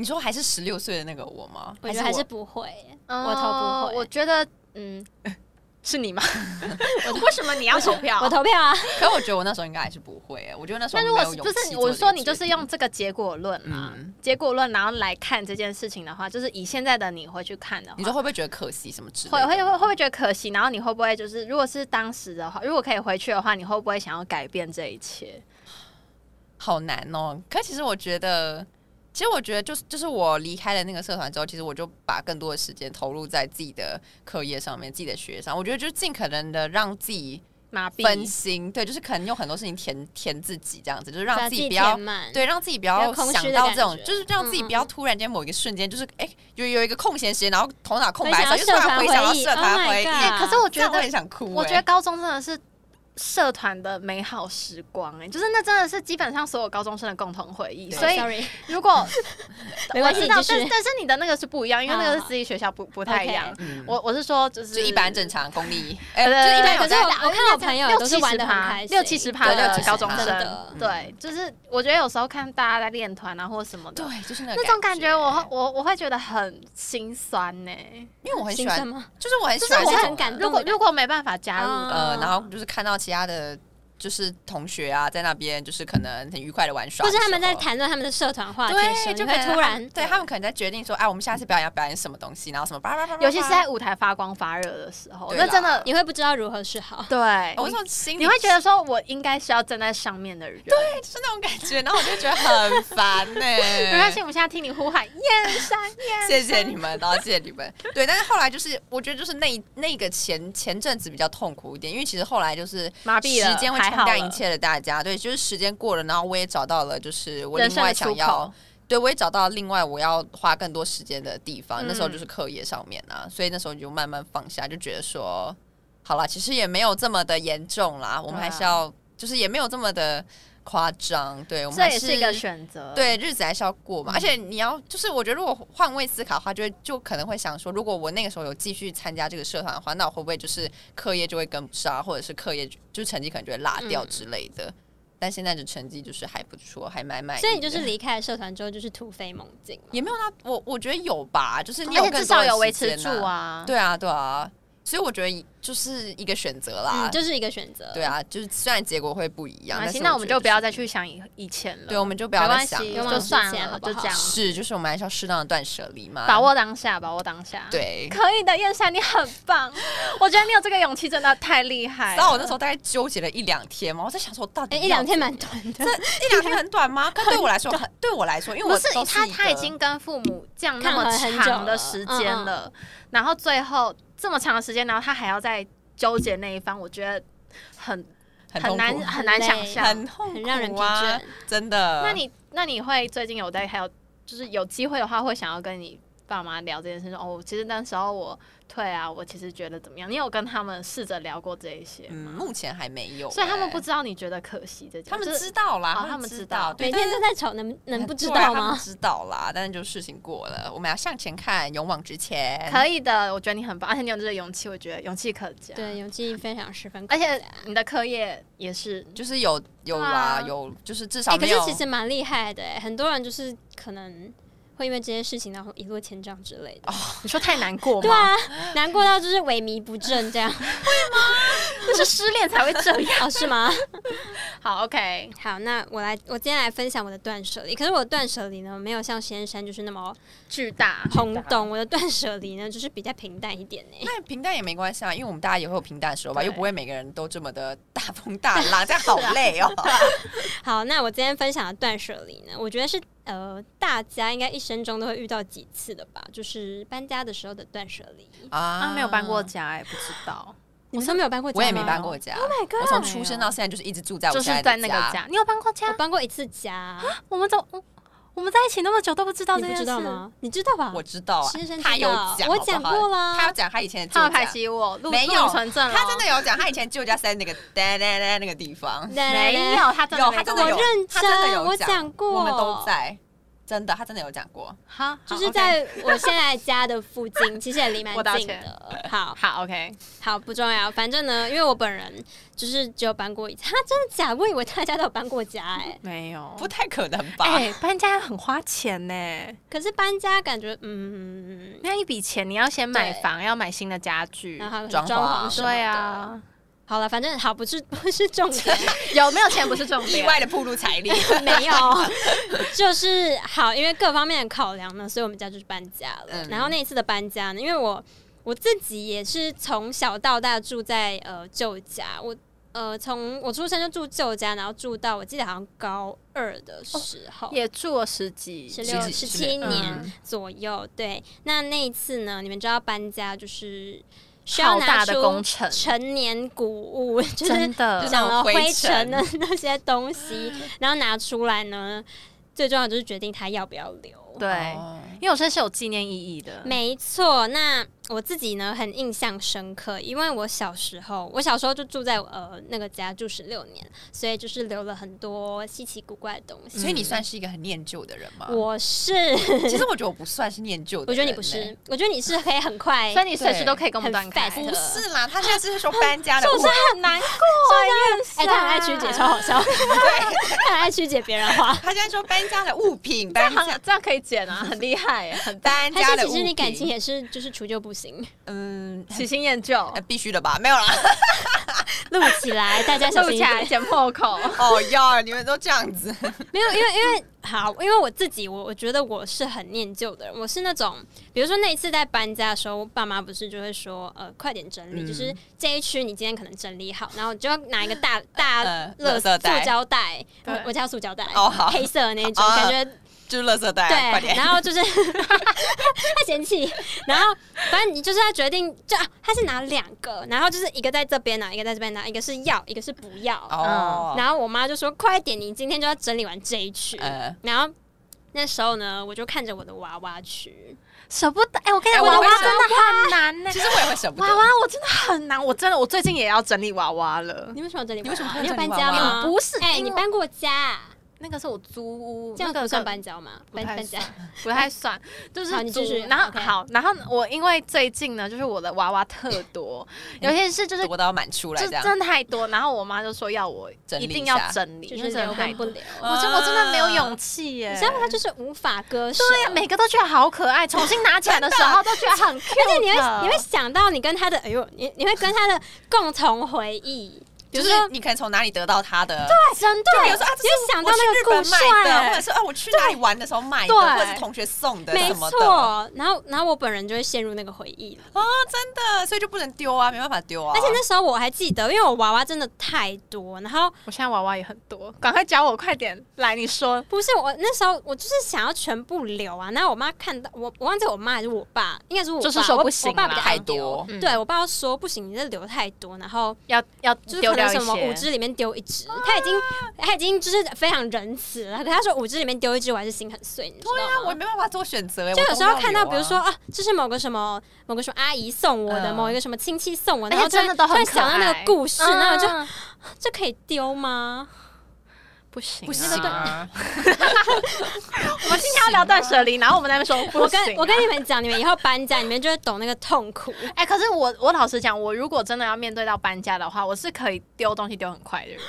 B: 你说还是十六岁的那个我吗？
C: 我觉得还是不会欸，我投
A: 呃
C: 不会
A: 我觉得嗯。是你吗？为什么你要投票？
C: 我投票啊，
B: 可是我觉得我那时候应该还是不会、欸，我觉得那时候
A: 那
B: 没
A: 如果
B: 有
A: 是
B: 勇
A: 就
B: 气
A: 是
B: 做
A: 我
B: 这
A: 说
B: 个
A: 你
B: 决
A: 就是
B: 定
A: 用这个结果论啦，
B: 嗯
A: 结果论然后来看这件事情的话，就是以现在的你回去看的话，
B: 你说会不会觉得可惜什么之类
A: 会
B: 的？
A: 会会会不会觉得可惜？然后你会不会就是如果是当时的话，如果可以回去的话，你会不会想要改变这一切？
B: 好难哦。可其实我觉得，其实我觉得就是就是我离开了那个社团之后，其实我就把更多的时间投入在自己的课业上面、自己的学业上。我觉得就是尽可能的让自己
A: 麻
B: 分
A: 痹，
B: 心，对，就是可能用很多事情填填自己，这样子，就是让
A: 啊
C: 把
B: 自己不要
C: 填满。
B: 对，让自己不
C: 不
B: 要
C: 要空虚
B: 想
C: 的
B: 到这种
C: 感，觉嗯
B: 就是让自己不要突然间某一个瞬间，就是哎、有有一个空闲时间，然后头脑空
C: 回
B: 白的
C: 想
B: 时
C: 到
B: 候，就突然回
C: 社团
B: 想到
C: 回忆
B: 社
C: ，Oh
B: 团
C: my
B: 回忆。
C: god
A: 哎可是我觉
B: 这样我很
A: 得，
B: 想哭、
A: 我
B: 哎
A: 觉得高中真的是。社团的美好时光、哎，就是那真的是基本上所有高中生的共同回忆。
B: 对
A: 所以
C: Sorry，
A: 如 果
C: 没关系
A: 我知道，
C: 继续
A: 但但是你的那个是不一样，因为那个是私立学校不不太一样
C: OK。
B: 嗯
A: 我我是说，就是
B: 就一般正常公立，哎、
A: 对对
B: 就一般
A: 对
B: 有
C: 可是
B: 在
C: 我我看我朋友
A: 六
C: 都
A: 七
C: 是玩
A: 十
C: 的很
A: 趴
C: 开，心，
A: 六七十趴
B: 对
A: 的
B: 60
A: 高中
B: 趴
A: 生
C: 真的，
A: 对，就是我觉得有时候看大家在练团啊或什么的，
B: 对，就是那个
A: 那种感觉
B: 觉，
A: 我会我我会觉得很心酸呢、
B: 因为我很喜
C: 心酸
B: 欢，
C: 吗？
B: 就是我很
C: 就
B: 喜
C: 是
B: 欢
C: 我
B: 这
C: 很
B: 种
C: 感动
A: 如果如果没办法加入的，
B: 呃，
C: 嗯
B: 然后就是看到其他的就是同学啊，在那边就是可能很愉快的玩耍的
C: 或
B: 时
C: 是
B: 候，
C: 他们在谈论他们的社团话题的时
B: 对，
C: 候，
B: 就
C: 你
B: 可能
C: 会突然
B: 对他们可能在决定说，哎，我们下次表演要表演什么东西，然后什么叭叭叭叭叭，
A: 尤其是在舞台发光发热的时候，
B: 对啦
A: 那真的
C: 你会不知道如何是好。
A: 对，
B: 我说心
A: 你
B: 里
A: 会觉得说我应该是要站在上面的人。对，
B: 是那种感觉，然后我就觉得很烦 呢、
A: 没关系，我们现在听你呼喊燕山燕山，
B: 谢谢你们，然后谢谢你们。对，但是后来就是，我觉得就是那一那个前前阵子比较痛苦一点，因为其实后来就是
A: 麻痹了
B: 时间会
A: 还
B: 冲
A: 好
B: 淡一
A: 了
B: 切的大家。对，就是时间过了，然后我也找到了，就是我
A: 人
B: 另
A: 生的
B: 外
A: 出
B: 想要
A: 口。，
B: 对，我也找到另外我要花更多时间的地方。那时候
A: 嗯
B: 就是课业上面啊，所以那时候就慢慢放下，就觉得说，好啦，其实也没有这么的严重啦，我们还是
A: 对啊
B: 要，就是也没有这么的夸张。对，我们
A: 这
B: 还
A: 也是一个选择。，
B: 对，日子还是要过嘛。
A: 嗯
B: 而且你要，就是我觉得如果换位思考的话，就会就可能会想说，如果我那个时候有继续参加这个社团的话，那我会不会就是课业就会跟不上啊，或者是课业就就是成绩可能就会落
A: 嗯
B: 掉之类的。但现在的成绩就是还不错，还蛮满意的。
C: 所以你就是离开了社团之后，就是突飞猛进嘛。
B: 也没有啦，我我觉得有吧，就是你
A: 而
B: 有
A: 且
B: 更
A: 至
B: 多
A: 少
B: 的
A: 有
B: 时
A: 维持
B: 间
A: 住
B: 啊。
A: 啊。
B: 对啊，对啊，所以我觉得就是一个选择啦
C: 嗯，。这是一个选择。
B: 对啊，就是虽然结果会不一样，
A: 啊，
B: 但是
A: 行，那
B: 我
A: 我们
B: 觉得
A: 就不要
B: 是
A: 再去想以以前了。
B: 对，我们就
A: 没
B: 不要
A: 关
B: 再想
A: 系，
C: 了
A: 就算
C: 往前
A: 了，
C: 好不
A: 就
C: 好
A: 这样，
B: 是，就是我们还是要适当的断舍离嘛，
A: 把握当下，把握当下。。
B: 对。
A: 啊可以的，燕山，你很棒，我觉得你有这个勇气，真的太厉害了。
B: 然后我那时候大概纠结了一两天嘛，我在想说，我到底
C: 哎，
B: 要
C: 一两天蛮短的，
B: 一两天很短吗？可对我来说很，对我来说，因为
A: 不
B: 我
A: 是
B: 都
A: 他，
B: 一
A: 他已
B: 个
A: 经跟父母这样那
C: 抗
A: 么
C: 衡很久
A: 长的
C: 了
A: 时
C: 嗯
A: 间
C: 嗯
A: 了，然后最后这么长的时间，然后他还要再纠结那一方，我觉得很
B: 很
A: 很
B: 痛
A: 难
B: 苦
A: 很难想
C: 很累
A: 象。
B: 很痛
C: 很让人
B: 苦
C: 疲
B: 啊
C: 倦，。
B: 真的。
A: 那你那你会最近有在还有就是有机会的话，会想要跟你爸妈聊这件事？说哦，其实那时候我退啊，我其实觉得怎么样？你有跟他们试着聊过这一些
B: 嗯，
A: 吗？
B: 目前还没有欸，
A: 所以他们不知道你觉得可惜这件事，
B: 他们
A: 就是
B: 知道啦
A: 哦，他们
B: 们
A: 知
B: 知
A: 道
B: 道，对，
C: 每
B: 但
C: 天
B: 是
C: 都在吵，能能不知
B: 对啊
C: 道
B: 他们
C: 吗？
B: 知道啦，但是就事情过了，我们要向前看，勇往直前。
A: 可以的，我觉得你很棒，而且你有这个勇气，我觉得勇气可嘉。
C: 对，勇气分享十分可
A: 而
C: 嘉。
A: 且你的课业也是，
B: 就是有有
A: 对啊
B: 啦，有就是至少
C: 哎，可
B: 没
C: 是
B: 有。
C: 其实蛮厉害的欸，很多人就是可能会因为这些事情，然后一落千丈之类
B: 哦
C: 的。
A: 你说太难过吗？
C: 对啊，难过到就是萎靡不振这样。
A: 就是失恋才会这样。
C: 哦，是吗？
A: 好，OK，
C: 好，那我来，我今天来分享我的断舍离。可是我的断舍离呢，没有像先生就是那么
A: 巨大，
C: 轰动。我的断舍离呢，就是比较平淡一点欸呢。
B: 那平淡也没关系啊，因为我们大家也会有平淡的时候吧，
A: 对
B: 又不会每个人都这么的大 风大浪，这样好累哦。
C: 好，那我今天分享的断舍离呢，我觉得是呃，大家应该一生中都会遇到几次的吧，就是搬家的时候的断舍离。
B: 啊
A: 啊，没有搬过，家哎、不知道，
C: 你们都没有搬过家
B: 我
C: 吗？
B: 也没搬过家。
C: Oh
A: my god
B: 我从出生到现在就是一直住在我
A: 就
B: 现
A: 是在
B: 在
A: 那
B: 的
A: 个家，你有搬过家
C: 我？搬过一次 家，
A: 我们怎我我们在一起那么久都不知道
C: 你
A: 这
C: 不
A: 件事
C: 知道？吗？你知道吧？
B: 我知道啊
C: 先生，
B: 他
C: 知
B: 有
C: 道
B: 讲，
C: 我
B: 好不
C: 讲
B: 好
C: 过啦
B: 他有讲他以前的旧
A: 他要排
B: 家，
A: 挤我，陆
B: 没有
A: 陆存证了，
B: 他真的有讲，他以前旧家是在那个哒哒哒那个地方，
C: 来来来
A: 没有，他真的
B: 有
A: 没
B: 他真的
A: 跟我讲
B: 有
C: 我认
B: 他真的
C: 真，
B: 有
C: 我讲过，哦
B: 我们都在，真的，他真的有讲过。
A: 哈，
C: 就
A: 好
C: 是
A: OK
C: 在我现在家的 附近，其实也离蛮
A: 我道
C: 近
A: 歉
C: 的。好
A: 好 OK，
C: 好，不重要，反正呢，因为我本人就是只有搬过一次，他真的假？我以为大家都有搬过家哎、
A: 没有，
B: 不太可能吧？
A: 哎、搬家很花钱呢、
C: 可是搬家感觉嗯，
A: 那一笔钱你要先买
C: 对
A: 房，要买新的家具
C: 然，后还有
B: 嗯装潢
C: 潢什么的
A: 对。啊，
C: 好了，反正好不是不是重点，
A: 有没有钱不是重
B: 意
A: 点。
B: 外的暴露财力，
C: 没有，就是好，因为各方面的考量呢，所以我们家就是搬家了。
B: 嗯
C: 然后那一次的搬家呢，因为我我自己也是从小到大住在呃旧家，我呃从我出生就住旧家，然后住到我记得好像高二的时候。
A: 也住了十几
C: 十
B: 几
C: 六、
B: 十
C: 十
B: 几
C: 七
A: 嗯
C: 年左右，对。那那一次呢，你们知道搬家就是需要
A: 浩
C: 拿
A: 大
C: 出
A: 的工程，
C: 成年谷物， 就是
A: 真的
B: 就像
C: 长了
B: 灰
C: 呃灰
B: 尘
C: 尘的那些东西，然后拿出来呢，最重要就是决定它要不要留。
A: 对，
B: 哦
A: 因为有些是有纪念意义的。
C: 没错，那我自己呢很印象深刻，因为我小时候，我小时候就住在呃那个家住十六年，所以就是留了很多稀奇古怪的东西。
B: 所以你算是一个很念旧的人吗？
C: 我是，
B: 其实我觉得我不算是念旧的人欸，
C: 我觉得你不是，我觉得你是可以很快，
A: 所以你随时
B: 对
A: 都可以跟我们断
C: 很
A: 开，
C: fast
B: 不是啦。他现在是说
C: 啊
B: 搬家的，
A: 就
B: 我
A: 是啊很难过，
C: 哎、他很爱曲
A: 啊
C: 解，超好笑，他很爱曲解别人的话。
B: 他现在说搬家的物品，搬家
A: 这样可以剪啊，很厉害耶，很
B: 搬
C: 还
B: 家
C: 是
B: 的物
C: 其
B: 品，
C: 实你感情也是就是除旧不行，
B: 嗯，
A: 喜新厌旧
C: 哎
B: 呃，必须的吧？没有啦。
C: 录起来大家小
A: 录
C: 心一
A: 起
C: 点
A: 来。剪破口，
B: 哦哟，你们都这样子，
C: 没有，因为因为好，因为我自己，我我觉得我是很念旧的人，我是那种，比如说那一次在搬家的时候，我爸妈不是就会说，呃，快点整理，
B: 嗯
C: 就是这一区你今天可能整理好，然后你就要拿一个大大
B: 呃
C: 乐
B: 垃圾袋
C: 塑胶袋，
A: 对
C: 我我叫塑胶袋，
B: 哦好
C: 黑色的那种，
B: 哦
C: 感觉
B: 就是垃圾袋啊，快
C: 对，
B: 点。
C: 然后就是 他嫌弃，然后反正你就是要决定，就、啊、他是拿两个，然后就是一个在这边拿，一个在这边拿，一个是要，一个是不要，
B: 哦，
C: 然后我妈就说：“快点，你今天就要整理完这一区。
B: 呃，
C: 然后那时候呢，我就看着我的娃娃区，
A: 舍不得。哎，我跟你讲，
B: 哎我
A: 娃
B: 也
A: 娃
B: 会
A: 真的很难呢
B: 其。实我也会舍不
A: 娃
B: 得
A: 娃。我真的很难，我真的我最近也要整理娃娃了。
C: 你为什么要整理娃
B: 你为什么
C: 娃？
B: 会
C: 你有
B: 整
C: 搬
B: 理
C: 家
B: 娃
C: 吗
B: 娃？
A: 不是，
C: 哎、
A: 因为
C: 你搬过家，
A: 那个是我租屋，
C: 这样
A: 那
C: 不
A: 个
C: 算
A: 算
C: 搬家吗？
A: 不
C: 搬
A: 太
C: 搬家，
A: 不太算，就
C: 好
A: 是
C: 你
A: 租
C: 继续
A: 然后
C: OK
A: 好，然后我因为最近呢，就是我的娃娃特 多，有些事
C: 哎
A: 就是
B: 多到要满出来
A: 就
B: 这样，
A: 真的太多，然后我妈就说要我
B: 整理
A: 一
B: 一
A: 定要
B: 下
A: 整理，
C: 就
A: 因
C: 是
A: 为真
C: 啊留
A: 的太
C: 跟不
A: 多。
C: 留。
B: 啊
A: 我真我真的没有勇气耶
C: 你。知道吗？它就是无法割舍。
A: 对呀、啊每个都觉得好可爱，重新拿起来的时候都觉得很 Q，
C: 而且你会你会想到你跟他的，哎呦，你你会跟他的共同回忆，比
B: 就
C: 如
B: 是
C: 说，
B: 你可能从哪里得到它的，
A: 真
B: 就比
A: 的
B: 如说啊，这
C: 你
B: 是
C: 会想到
B: 我去
C: 那
B: 日
C: 个故
B: 本
C: 事
B: 买的，
C: 哎
B: 或者是啊，我去哪里玩的时候买的，
A: 对
B: 或者是同学送的
C: 没
B: 什么的，
C: 错。然后然后我本人就会陷入那个回忆里。
B: 真的，所以就不能丢啊，没办法丢啊。
C: 而且那时候我还记得，因为我娃娃真的太多，然后
A: 我现在娃娃也很多，赶快教我，快点来，你说
C: 不是我那时候我就是想要全部留啊，然后我妈看到我，我忘记我妈还是我爸，应该是我爸，
A: 就是说
C: 我
A: 不行
C: 我爸比较
A: 啦
B: 太
C: 爱丢
B: 多
A: 嗯
C: 对我爸说不行，你这留太多，然后
A: 要要
C: 就是可
A: 丢
C: 能
A: 掉一
C: 什么五
A: 些，
C: 只里面丢一只，他已经他已经就是非常仁慈了，可他说五只里面丢一只，我还是心很碎，你知
B: 对啊
C: 道，
B: 我
C: 吗？
B: 没办法做选择欸，
C: 就
B: 我
C: 有
B: 都
C: 时候
B: 要
C: 看到，
B: 留
C: 比如
B: 啊
C: 说啊，这是某个什么某个什么阿姨送我的，
B: 嗯
C: 某一个什么亲戚送我的，
A: 而
C: 然后
A: 且
C: 就会
A: 真的都
C: 就会
A: 很可
C: 想到那个
A: 爱
C: 故事，然后就
A: 嗯
C: 这可以丢吗？
A: 不行啊，
B: 不行啊，
A: 我们今天要聊断舍离，然后我们在那边说不
C: 我
A: 行啊、
C: 跟我跟你们讲，你们以后搬家，你们就会懂那个痛苦。
A: 哎、可是我我老实讲，我如果真的要面对到搬家的话，我是可以丢东西丢很快的人。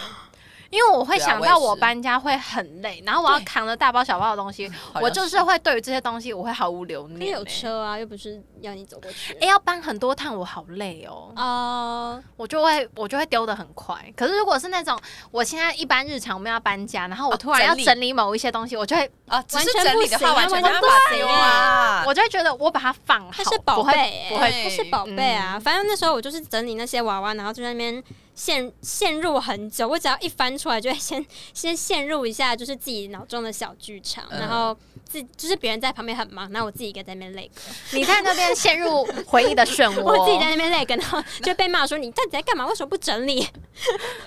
A: 因为我会
B: 对啊
A: 想
B: 我也
A: 到我
B: 是
A: 搬家会很累，然后我要
C: 对
A: 扛着大包小包的东西，
B: 好像
A: 我就是会对于这些东西我会毫无留
C: 可以
A: 念、
C: 有车啊，又不是要你走过去。
A: 哎、要搬很多趟，我好累哦，
C: 哦，
A: 我就会我就会丢的很快。可是如果是那种我现在一般日常我们要搬家，然后我
B: 哦
A: 突然要
B: 整理
A: 整理某一些东西，我就会
B: 啊，只
C: 完
B: 是
C: 全
B: 整
C: 不
B: 理的
C: 行
B: 话
C: 啊
B: 完全没
C: 完
B: 办
C: 全
B: 法
C: 不
B: 丢
C: 行
B: 啊。
A: 我就会觉得我把它放好，
C: 它是宝
A: 不会
C: 贝、欸，
A: 不
B: 会
C: 它是宝贝啊、
A: 嗯
C: 反正那时候我就是整理那些娃娃，然后就在那边陷陷入很久。我只要一翻出来，就会先先陷入一下，就是自己脑中的小剧场，
B: 嗯
C: 然后自就是别人在旁边很忙，然后我自己一个在那边累歌，
A: 你在那边陷入回忆的漩涡，
C: 我自己在那边累歌，然后就被骂说你到底在干嘛？为什么不整理？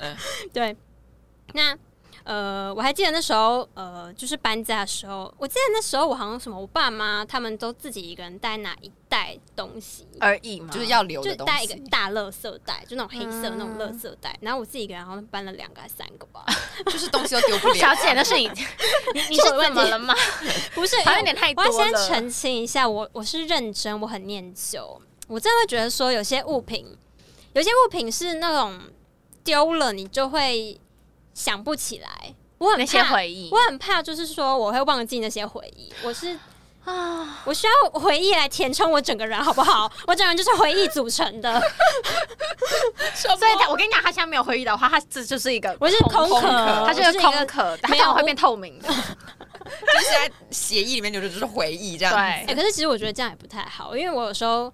B: 嗯
C: 对，那。呃，我还记得那时候，呃，就是搬家的时候，我记得那时候我好像什么，我爸妈他们都自己一个人带哪一袋东西，
A: 而已嘛，
B: 就是要留
C: 就
B: 的
C: 是
B: 东
C: 带一个
B: 西，
C: 大垃圾袋，就那种黑色的那种
A: 嗯
C: 垃圾袋。然后我自己一个人好像搬了两个还是三个吧，
B: 就是东西都 丢不了。
A: 小姐，那是你 你你是
C: 是我的
A: 怎么
C: 问题
A: 了吗？
C: 不是，
A: 好像有
C: 因为
A: 点太
C: 我
A: 多
C: 要
A: 了。
C: 先澄清一下，我我是认真，我很念旧，我真的会觉得说有些物品，有些物品是那种丢了你就会想不起来，我很
A: 那些
C: 怕。
A: 回忆
C: 我很怕，就是说我会忘记那些回忆。我是
A: 啊，
C: 我需要回忆来填充我整个人，好不好？ 我整个人就是回忆组成的，
A: 所以他我跟你讲，他现在没有回忆的话，他这就是一个
C: 我是空
B: 空
C: 壳，
B: 壳
A: 它
C: 我
A: 就是是
C: 一
A: 空
C: 个
A: 壳，它
C: 没
A: 反而
C: 有
A: 会变透明的。
B: 就是在协议里面留的就是回忆这样
A: 对
B: 子。
C: 欸，可是其实我觉得这样也不太好，因为我有时候，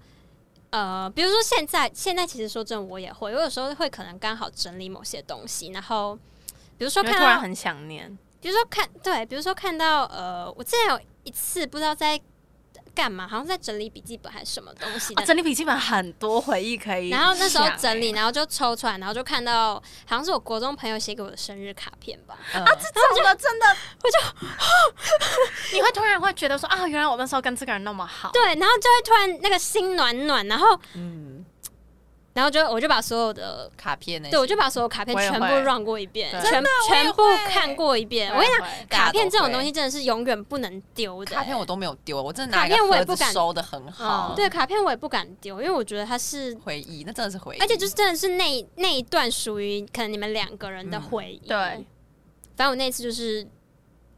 C: 呃，比如说现在，现在其实说真的，我也会，我有时候会可能刚好整理某些东西，然后比如说看到，
A: 很想念，
C: 比如说看，对，比如说看到，呃，我之前有一次不知道在干嘛，好像在整理笔记本还是什么东西的。
A: 哦整理笔记本很多回忆可以想欸。
C: 然后那时候整理，然后就抽出来，然后就看到好像是我国中朋友写给我的生日卡片吧，
B: 嗯
A: 这种的真的，我就 你会突然会觉得说啊，原来我那时候跟这个人那么好。
C: 对，然后就会突然那个心暖暖，然后
B: 嗯，
C: 然后就我就把所有的
B: 卡片呢？
C: 对，我就把所有卡片
A: 我也
C: 全部
A: 会
C: run 过一遍，
A: 对
C: 全
B: 我
C: 全
B: 也
C: 部
B: 会
C: 看过一遍。我跟
A: 也
C: 你讲，
A: 会
B: 大家
C: 卡
B: 都
C: 片这种
B: 会
C: 东西真的是永远不能丢的欸、
B: 卡片我都没有丢，我真的拿一
C: 卡
B: 个
C: 片我也
B: 盒
C: 不
B: 子
C: 敢
B: 收的很好。
A: 嗯
C: 对卡片我也不敢丢，因为我觉得它是，
B: 回忆那真的是回忆，
C: 而且就是真的是那一那一段属于可能你们两个
B: 嗯
C: 人的回忆。
A: 对，
C: 反正我那一次就是。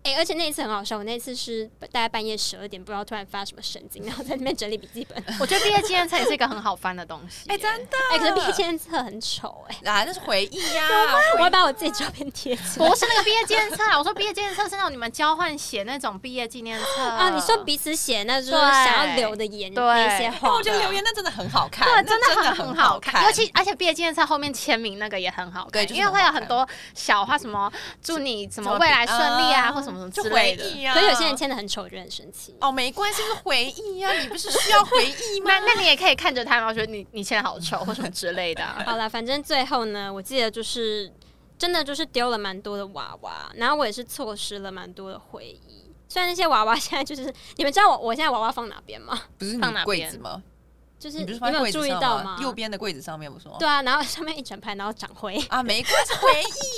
C: 哎、而且那一次很好笑，我那一次是大概半夜十二点，不知道突然发什么神经，然后在那边整理笔 记本。
A: 我觉得毕业纪念册也是一个很好翻的东西。
B: 哎，真的
C: 哎、可是毕业纪念册很丑 哎、
B: 啊，那是回忆呀。
C: 我
B: 回
C: 会
B: 忆
C: 把我自己照片贴起 来。
A: 不是那个毕业纪念册啊，我说毕业纪念册是那种你们交换写那种毕业纪念册
C: 啊，你说彼此写，那就是
A: 对
C: 想要留的言
A: 对
C: 那些
B: 哎
C: 话。
B: 我觉得留言那真的很好看，
A: 对，
B: 那
A: 啊真
B: 真
A: 的
B: 很
A: 很
B: 好
A: 看，尤其而且毕业纪念册后面签名那个也很好看，
B: 对就
A: 因
B: 是
A: 为
B: 很
A: 会有
B: 好
A: 很
B: 看
A: 多小话，什么祝你什么
B: 怎么
A: 未来顺利啊，
B: 嗯
A: 或什么什么
B: 就
A: 之
B: 回
A: 类的。
B: 忆呀。
C: 可是有些人签的很丑，我觉得很生气。
B: 哦，没关系，是回忆呀，你不是需要回 忆吗
A: 那？那你也可以看着他，然后觉得你你签的好丑或什么之类的啊、
C: 好了，反正最后呢，我记得就是真的就是丢了蛮多的娃娃，然后我也是错失了蛮多的回忆。虽然那些娃娃现在就是，你们知道我我现在娃娃放哪边吗？
B: 不是
A: 放哪
B: 你柜
A: 边
B: 子吗？
C: 就是
B: 你
C: 你
B: 不是放
C: 们
B: 在
C: 有
B: 柜
C: 注
B: 子
C: 意
B: 上
C: 到
B: 吗
C: 吗？？
B: 右边的柜子上面不是吗？
C: 对啊，然后上面一整排，然后长灰，
B: 啊，没关系，回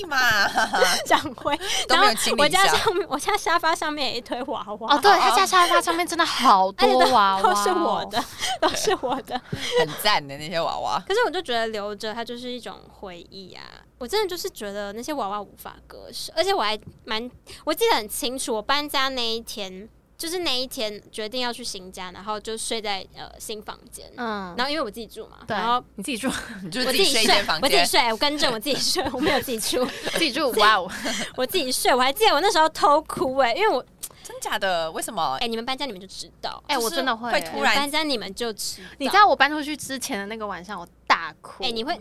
B: 忆嘛，
C: 长灰。
B: 都
C: 然
B: 没
C: 后
B: 有清理
C: 我
B: 一
C: 家
B: 下。
C: 上面，我家沙发上面也一堆娃娃，
A: 哦，对，他家沙发上面真的好
C: 而且
A: 多哦娃娃、
C: 都是我。的，都是我的。
B: 很赞的那些娃娃，
C: 可是我就觉得留着它就是一种回忆啊！我真的就是觉得那些娃娃无法割舍，而且我还蛮我记得很清楚，我搬家那一天，就是那一天决定要去新家，然后就睡在呃新房间，
A: 嗯，
C: 然后因为我自己住嘛，
A: 对
C: 然后。
A: 你 自己住，
B: 你就
C: 我
B: 是
C: 自
B: 己
C: 己
B: 睡
C: 睡
B: 一间，房
C: 我自己
B: 间，
C: 睡，我跟着我自己睡，我没有自己 住，
A: 自己住，哇哦！
C: 我自己睡。我还记得我那时候偷哭哎、因为我
B: 真假的？为什么
C: 哎、？你们搬家你们就知道，
A: 哎、
B: 就是
A: 我真的会
B: 会
C: 你
B: 突
C: 们
B: 然
C: 搬家你们就知道。
A: 你知道我搬出去之前的那个晚上，我大哭。
C: 哎、你会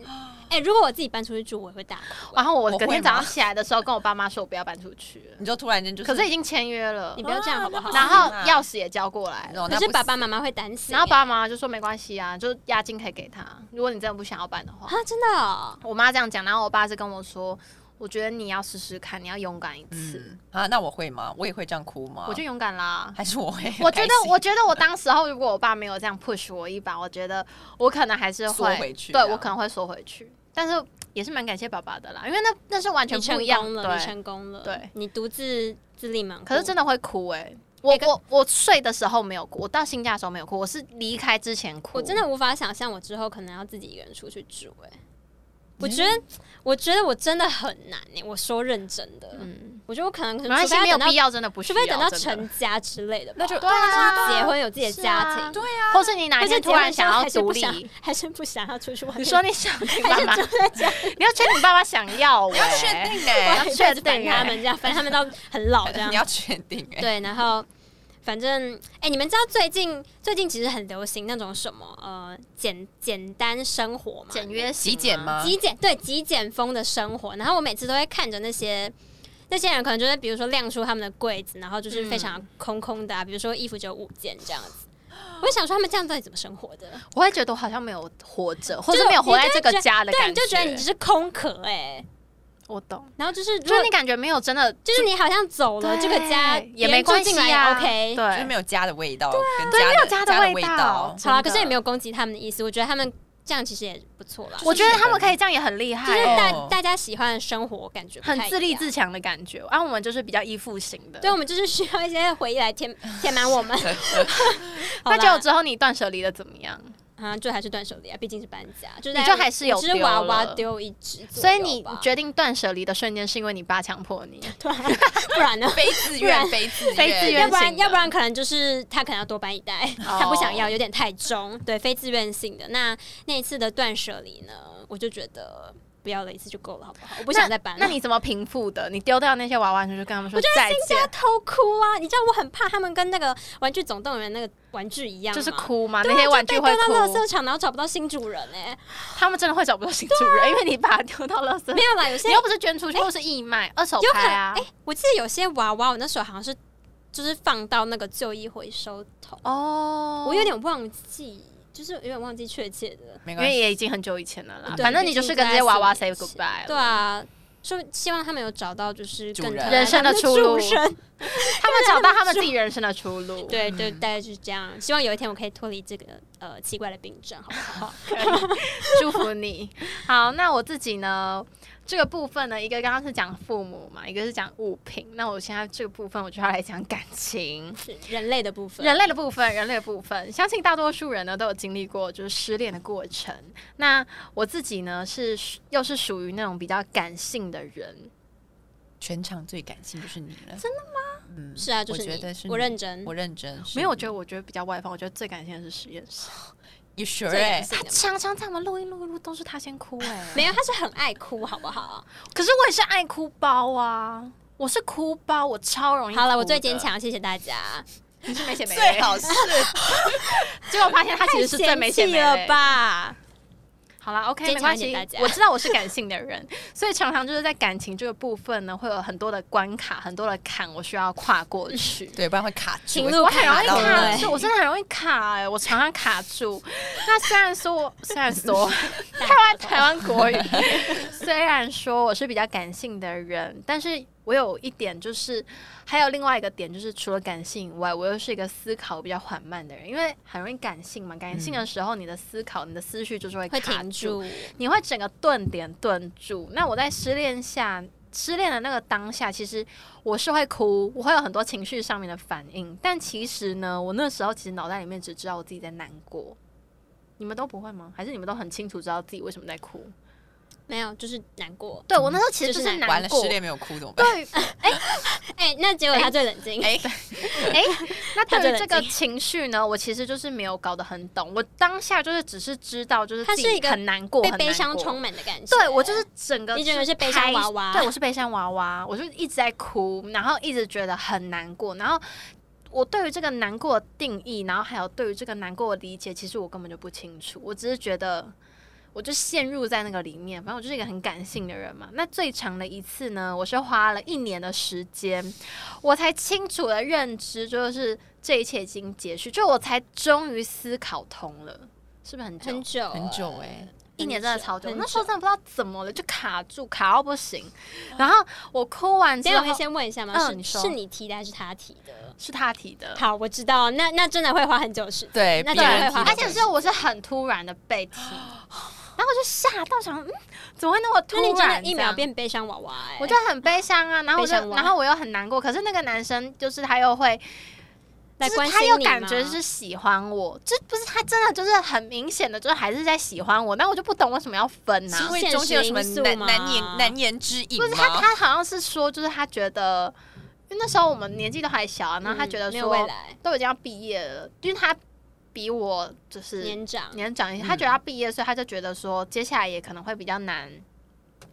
C: 哎、如果我自己搬出去住，我也会大哭。
A: 然后我
B: 我
A: 隔
B: 会
A: 天
B: 吗
A: 早上起来的时候，跟我爸妈说我不要搬出去了，
B: 你就突然间就是，
A: 可是已经签约了
C: 你，不要这样好不好？
A: 然后
B: 啊
A: 钥匙也交过来了。
B: 哦，
C: 可
B: 那
C: 是
B: 不
C: 爸爸妈妈会担心欸，
A: 然后爸爸妈妈就说没关系啊，就是押金可以给他。如果你真的不想要办的话，
C: 啊，真的哦、
A: 我妈这样讲，然后我爸是跟我说，我觉得你要试试看，你要勇敢一次。
B: 嗯啊，那我会吗？我也会这样哭吗？
A: 我就勇敢啦。
B: 还是我会很开心，
A: 我觉得，我觉得我当时候如果我爸没有这样 push 我一把，我觉得我可能还是
B: 缩
A: 会，
B: 回去
A: 对
C: 啊
B: 这样
A: 我可能会缩回去。但是也是蛮感谢爸爸的啦，因为那那是完全
C: 你
A: 不
C: 成
A: 一样
C: 功
A: 的。
C: 了，你
A: 对，
C: 成功了，
A: 对，
C: 你独自自立门户。
A: 可是真的会哭哎、我我我睡的时候没有哭，我到新家的时候没有哭，我是离开之前哭。
C: 我真的无法想象我之后可能要自己一个人出去住、欸，哎，
A: 嗯
C: 我觉得，我觉得我真的很难诶、我说认真的，
A: 嗯，
C: 我觉得我可能可
A: 没
C: 能
A: 关系，
C: 除非
A: 没
C: 要
A: 有
C: 等到
A: 必，要，真的不需
C: 除
A: 要。
C: 非等到
A: 真的
C: 成家之类的吧，
B: 那就
A: 对啊，
C: 结婚有自己的
A: 是
C: 家庭
A: 啊，
B: 对
A: 啊，或是你哪
C: 或者
A: 天
C: 结
A: 突
C: 婚
A: 然
C: 之
A: 想
C: 后
A: 要
C: 还是
A: 独
C: 不想
A: 立，
C: 还是不想要出去外 面，
A: 你说你想跟你
C: 还
A: 爸
C: 是
A: 妈，
C: 住在家，
A: 你要确定你爸妈想要欸
B: 你
A: 我、
B: 要确定哎、
A: 要
C: 一辈子
A: 确定
C: 烦他
A: 欸
C: 们这样，反正他们到很老这样
B: 你，要确定哎、
C: 对，然后反正哎、你们知道最近最近其实很流行那种什么呃简简单生活嘛，
A: 简约型
B: 极简
A: 吗？
B: 吗？
C: 极简对极简风的生活，然后我每次都会看着那些那些人，可能就是比如说亮出他们的柜子，然后就是非
A: 嗯
C: 常空空的、啊，比如说衣服只有五件这样子。我就想说他们这样到底怎么生活的？
A: 我会觉得我好像没有活着，或
C: 就是
A: 者没有活在
C: 你就
A: 这
C: 会
A: 个
C: 觉得
A: 家的
C: 对，
A: 感
C: 你就觉得你只是空壳哎、
A: 我懂，
C: 然后就是如
A: 就
C: 果
A: 是你感觉没有真的，
C: 就是你好像走了这个家，
A: 对也
C: 别人
A: 没
C: 住
A: 关
C: 进
A: 系
C: 来也
A: 啊
C: OK，
B: 就是
A: 对，
B: 没有家的味道，跟
A: 对没有
B: 家
A: 家
B: 的
A: 的
B: 家
A: 味道
B: 道。
C: 好啦，可
A: 真
C: 是
A: 的
C: 也没有攻击他们的意思，我觉得他们这样其实也不错啦。
A: 我觉得他们可以这样也很厉
C: 就是
A: 害，
C: 大、
B: 哦
C: 大家喜欢的生活感觉不
A: 很
C: 太
A: 自
C: 一
A: 立
C: 样
A: 自强的感觉。啊，我们就是比较依附型的。
C: 对，我们就是需要一些回忆来填填满 我们。 好
A: 那
C: 啦
A: 结果之后你断舍离的怎么样？
C: 啊，就还是断手离啊，毕竟是搬家，就是
A: 你
C: 大
A: 就
C: 概
A: 还是
C: 五
A: 有
C: 只
A: 丢
C: 娃娃
A: 了
C: 丢一只左右吧，
A: 所以你决定断舍离的瞬间，是因为你爸强迫你，
C: 突然 不然呢？
B: 非自
C: 不然
B: 愿，非自愿，
A: 非 自
C: 要
A: 愿
C: 不然
A: 性的哦
C: 要不然可能就是他可能要多搬一袋，他不想要，有点太重，对，非自愿性的。那那一次的断舍离呢，我就觉得不要了一次就够了，好不好？我不
A: 不
C: 想再搬了。
A: 那你怎么平复的？你丢掉那些娃娃，你就跟他们说再见，
C: 偷哭啊！你知道我很怕他们跟那个《玩具总动员》那个玩具一样吗，
A: 就是哭嘛，
C: 对啊，
A: 那些玩具
C: 就被
A: 会
C: 丢到垃
A: 哭，
C: 圾场，然后找不到新主人 哎、
A: 他们真的会找不到新主
C: 啊
A: 人，因为你把它丢到垃圾
C: 没。有啦，有些
A: 你又不是捐出去，或是义卖、二手
C: 哎有可能
A: 拍啊
C: 哎、？我记得有些娃娃，我那时候好像是就是放到那个旧衣回收桶，
A: 哦
C: 我有点忘记，就是有点忘记确切的。
B: 没
A: 因
B: 关
A: 为
B: 系。
A: 也已经很久以前了啦。
C: 对
A: 反正你就是跟这些娃娃 say
C: 毕竟在
A: goodbye 了。
C: 对啊，说希望他们有找到就是
B: 主
C: 更
B: 人
C: 疼爱
A: 人生
C: 他
A: 的
C: 们
A: 出路
C: 主人
A: 他们找到他们自己人生的出路。
C: 对对，大概就是这样。希望有一天我可以脱离这个呃奇怪的病症，好 不好？
A: 祝福你。好，那我自己呢？这个部分呢，一个刚刚是讲父母嘛，一个是讲物品。那我现在这个部分，我就要来讲感情，
C: 是人类的部分，
A: 人类的部分，人类的部分。相信大多数人呢都有经历过就是失恋的过程。那我自己呢是又是属于那种比较感性的人，
B: 全场最感性就是你了，真的吗？嗯，
C: 是啊，就是
B: 我觉得是
C: 你，
B: 你
C: 我认真，
B: 我认真。
A: 没有，我觉
B: 就
A: 得我觉得比较外放，我觉得最感性的是实验室。
B: you sure
C: 最感
B: 哎、
C: 性的嘛
A: 常常在我们录音录一录都是他先 哭哎、
C: 没有，他是很爱哭，好不好？
A: 可是我也是爱哭包啊，我是哭包，我超容易。
C: 好了，我最坚，强，谢谢大家。
A: 你是没血没泪
B: 最。好是
A: 结果发现他其实是最没血没泪
C: 了。吧？
A: 好啦 o k
C: 坚
A: 没
C: 强
A: 关
C: 一点
A: 系
C: 大家，
A: 我知道我是感性的人，所以常常就是在感情这个部分呢，会有很多的关卡，很多的坎，我需要跨过去。
B: 对，不然会卡住。
C: 情路
A: 我很容易
B: 卡到
A: 卡
B: 了
A: 住，我真的很容易卡哎、我常常卡住。那虽然说我，虽然说， 台湾台湾国语， 虽然说我是比较感性的人，但是我有一点就是，还有另外一个点就是，除了感性以外，我又是一个思考比较缓慢的人，因为很容易感性嘛，感性的时候，你的思考、你的思绪嗯就是会
C: 会
A: 卡
C: 停住，
A: 你会整个顿点顿住。那我在失恋下，失恋的那个当下，其实我是会哭，我会有很多情绪上面的反应。但其实呢，我那时候其实脑袋里面只知道我自己在难过。你们都不会吗？还是你们都很清楚知道自己为什么在哭？
C: 没有，就是难过。
A: 对我那时候其实
C: 就
A: 就是是
C: 难
B: 完
A: 难
B: 了，
A: 过
B: 失。恋没有哭怎么办？
A: 对于，
C: 哎，那结果他最冷静，
B: 哎、
A: 哎、那
C: 他
A: 对
C: 就
A: 于
C: 冷
A: 这个
C: 静
A: 情绪呢，我其实就是没有搞得很懂。我当下就是只是知道，就是
C: 他
A: 自
C: 是一
A: 己
C: 个
A: 很难过，
C: 被
A: 很
C: 悲
A: 难
C: 伤
A: 过
C: 充满的感觉。
A: 对我就是整个
C: 你整个是悲
A: 开
C: 伤娃娃
A: 对我是悲伤娃娃， 我就一直在哭，然后一直觉得很难过，然后。我对于这个难过的定义，然后还有对于这个难过的理解，其实我根本就不清楚。我只是觉得，我就陷入在那个里面。反正我就是一个很感啊性的人嘛。那最长的一次呢，我是花了一年的时间，我才清楚的认知，就是这一切已经结束，就我才终于思考通了，是不是很久？
C: 很久
B: 很久哎、
A: 一年真的超久，
C: 很
A: 那时候真的不知道怎么了，就卡住，卡到不行。然后我哭完
C: 这
A: 之
C: 样
A: 后
C: 我，先问一下吗？
A: 嗯
C: 是
A: 你说
C: 是你提的还是他提的？
A: 是他提的，
C: 好，我知道，那那真的会花很久时间。
B: 对
C: 那
B: 别
C: 当然
B: 人
C: 会花
A: 而
B: 提
C: 很
B: 的
C: 久
A: 且
C: 时
A: 是我是很突然的被提，然后我就吓到想，嗯，怎么会那么突
C: 哦那你真
A: 然？
C: 的一秒。变悲伤娃娃哎！
A: 我就很悲伤啊，然后我就
C: 悲伤，哇
A: 然后我又很难过。可是那个男生就是他又会，
C: 来
A: 就
C: 关
A: 是
C: 心
A: 他
C: 你
A: 又
C: 吗
A: 感觉是喜欢我，这不是他真的就是很明显的，就是还是在喜欢我，但我就不懂为什么要分呐、
B: 是因为
C: 现
B: 中间有
C: 实
B: 什么
C: 因素
B: 难
C: 吗
B: 难言难言之隐
A: 不是他，
B: 吗？
A: 他好像是说，就是他觉得，因为那时候我们年纪都还小啊，然后他
C: 嗯
A: 觉得
C: 没有未
A: 说
C: 来，
A: 都已经要毕业了，因为他比我就是
C: 年长，
A: 年长一些，他觉得要毕业，所以他就觉得说接下来也可能会比较难，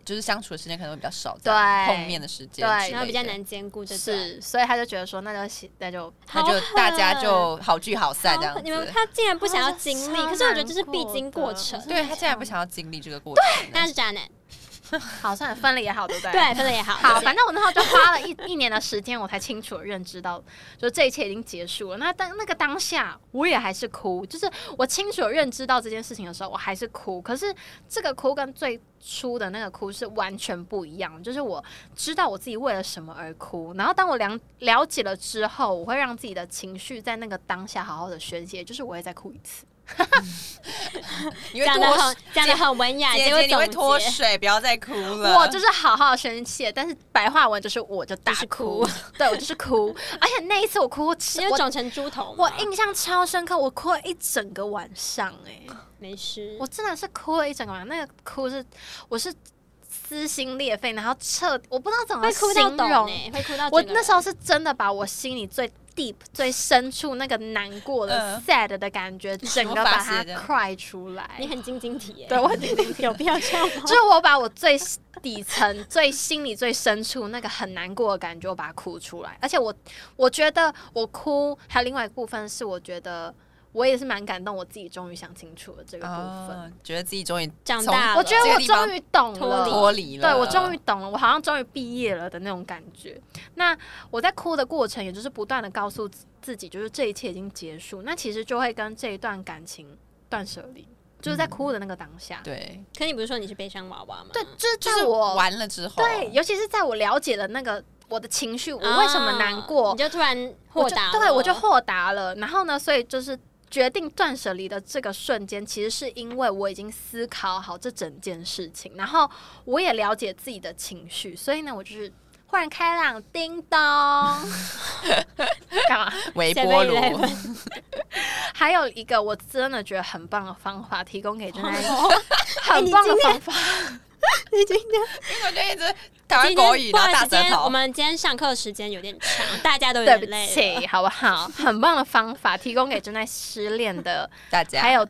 B: 就是相处的时间可能会比较少，
A: 对
B: 碰面的时间之类的，
A: 对
C: 然后比较难兼顾这段，
A: 是，所以他就觉得说那就喜那就
B: 那
C: 好
B: 就
C: 狠
B: 大家就好聚好散这样
C: 哦好你们
B: 子。
C: 他竟然不想要
A: 哦
C: 经历，
A: 超
C: 可是我觉得这是
A: 难
C: 必
A: 过
C: 经
A: 的
C: 过
A: 我
C: 程
A: 真。的
B: 对他竟然不想要经历这个过程
C: 那
B: 呢，
C: 是渣男，
A: 好算了分了也好，对不对？
C: 对，分的也好。
A: 好，反正我那时候就花了一 一年的时间，我才清楚地认知到，就这一切已经结束了。那当那个当下，我也还是哭，就是我清楚地认知到这件事情的时候，我还是哭。可是这个哭跟最初的那个哭是完全不一样，就是我知道我自己为了什么而哭。然后当我了了解了之后，我会让自己的情绪在那个当下好好的宣泄，就是我会再哭一次。
B: 你会
C: 讲的
B: 脱
C: 很讲的很文雅，
B: 姐
C: 结
B: 姐
C: 果
B: 你会
C: 总
B: 脱
C: 结
B: 水，不要再哭了。
A: 我就是好好宣泄，但是白话文就是我就大
C: 就是
A: 哭，对我就是 哭，而且那一次我哭，我
C: 你有肿成猪头吗，
A: 我印象超深刻，我哭了一整个晚上、哎，
C: 没事，
A: 我真的是哭了一整个晚上，那个哭是我是撕心裂肺，然后彻，我不知道怎么
C: 会哭到
A: 形
C: 懂
A: 容。
C: 欸会哭到
A: 我
C: 整个
A: 那
C: 人
A: 时候是真的把我心里最 deep、最深处那个难过的
B: 嗯、
A: sad 的感觉，整个
B: 无法
A: 把它
B: 写的
A: cry 出来
C: 你。很晶晶体耶，
A: 对， 我就
C: 有必要这样 吗？
A: 是我把我最底层、最心里最深处那个很难过的感觉，我把它哭出来。而且我我觉得我哭，还有另外一个部分是，我觉得我也是蛮感动，我自己终于想清楚了这个部分。
B: 啊，觉得自己终于
C: 长
B: 从
C: 大了
A: 我觉得
B: 这
A: 我
B: 个地方
A: 终于懂
C: 脱离
A: 了。
B: 脱离了，
A: 对，我终于懂了，我好像终于毕业了的那种感觉。那我在哭的过程，也就是不断的告诉自自己，就是这一切已经结束。那其实就会跟这一段感情断舍离，就是在哭的那个当下。
B: 对，
C: 可你不是说你是悲伤娃娃吗？
A: 嗯对，就是
B: 就
A: 在
B: 是
A: 我
B: 完了之后，
C: 哦
A: 对，尤其是在我了解了那个我的情绪，我
C: 啊，
A: 为什么难过
C: 你，就突然
A: 我
C: 豁
A: 就
C: 达了，
A: 对我就豁达了。然后呢，所以就是决定断舍离的这个瞬间，其实是因为我已经思考好这整件事情，然后我也了解自己的情绪，所以呢，我就是豁然开朗，叮 咚，干嘛？
B: 微
C: 7-Eleven
B: 波炉，
A: 还有一个我真的觉得很棒的方法，提供给正在
C: 哎
A: 很
C: 你
A: 棒的
C: 今天
A: 方法。
C: 你今天
B: 因为我就一直台湾
C: 今
B: 国语，
C: 天不
B: 然
C: 好
B: 后大
C: 意思，今
B: 舌
C: 天
B: 头
C: 我。们今天上课时间有点长，大 家都有
A: 对
C: 点
A: 不
C: 累了。
A: 起，好不好？很棒的方法，提供给正在失恋的，
B: 大家
A: 还有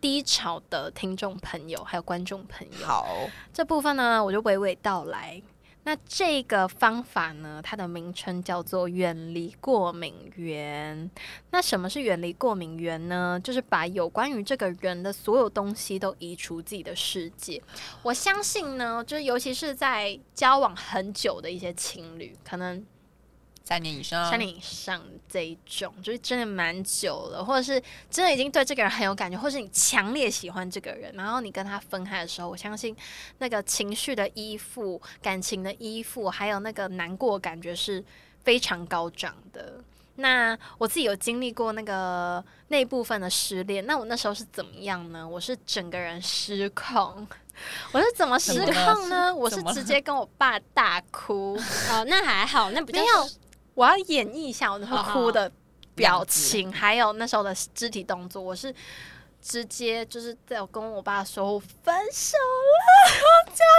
A: 低潮的听众朋友，还有观众朋友。
B: 好，
A: 这部分呢，我就娓娓道来。那这个方法呢，它的名称叫做远离过敏源。那什么是远离过敏源呢？就是把有关于这个人的所有东西都移除自己的世界。我相信呢，就是尤其是在交往很久的一些情侣，可能
B: 三年以上，
A: 三年以上这一种，就是真的蛮久了，或者是真的已经对这个人很有感觉，或是你强烈喜欢这个人，然后你跟他分开的时候，我相信那个情绪的依附、感情的依附，还有那个难过感觉是非常高涨的。那我自己有经历过那个那一部分的失恋，那我那时候是怎么样呢？我是整个人失控，我是怎么失
B: 怎么了
A: 控呢？我是
B: 怎么了
A: 直接跟我爸大哭。
C: 哦，那还好，那不叫
A: 没有，我要演绎一下我那时候哭的表情，还有那时候的肢体动作。我是直接就是在我跟我爸说我分 手
C: 哦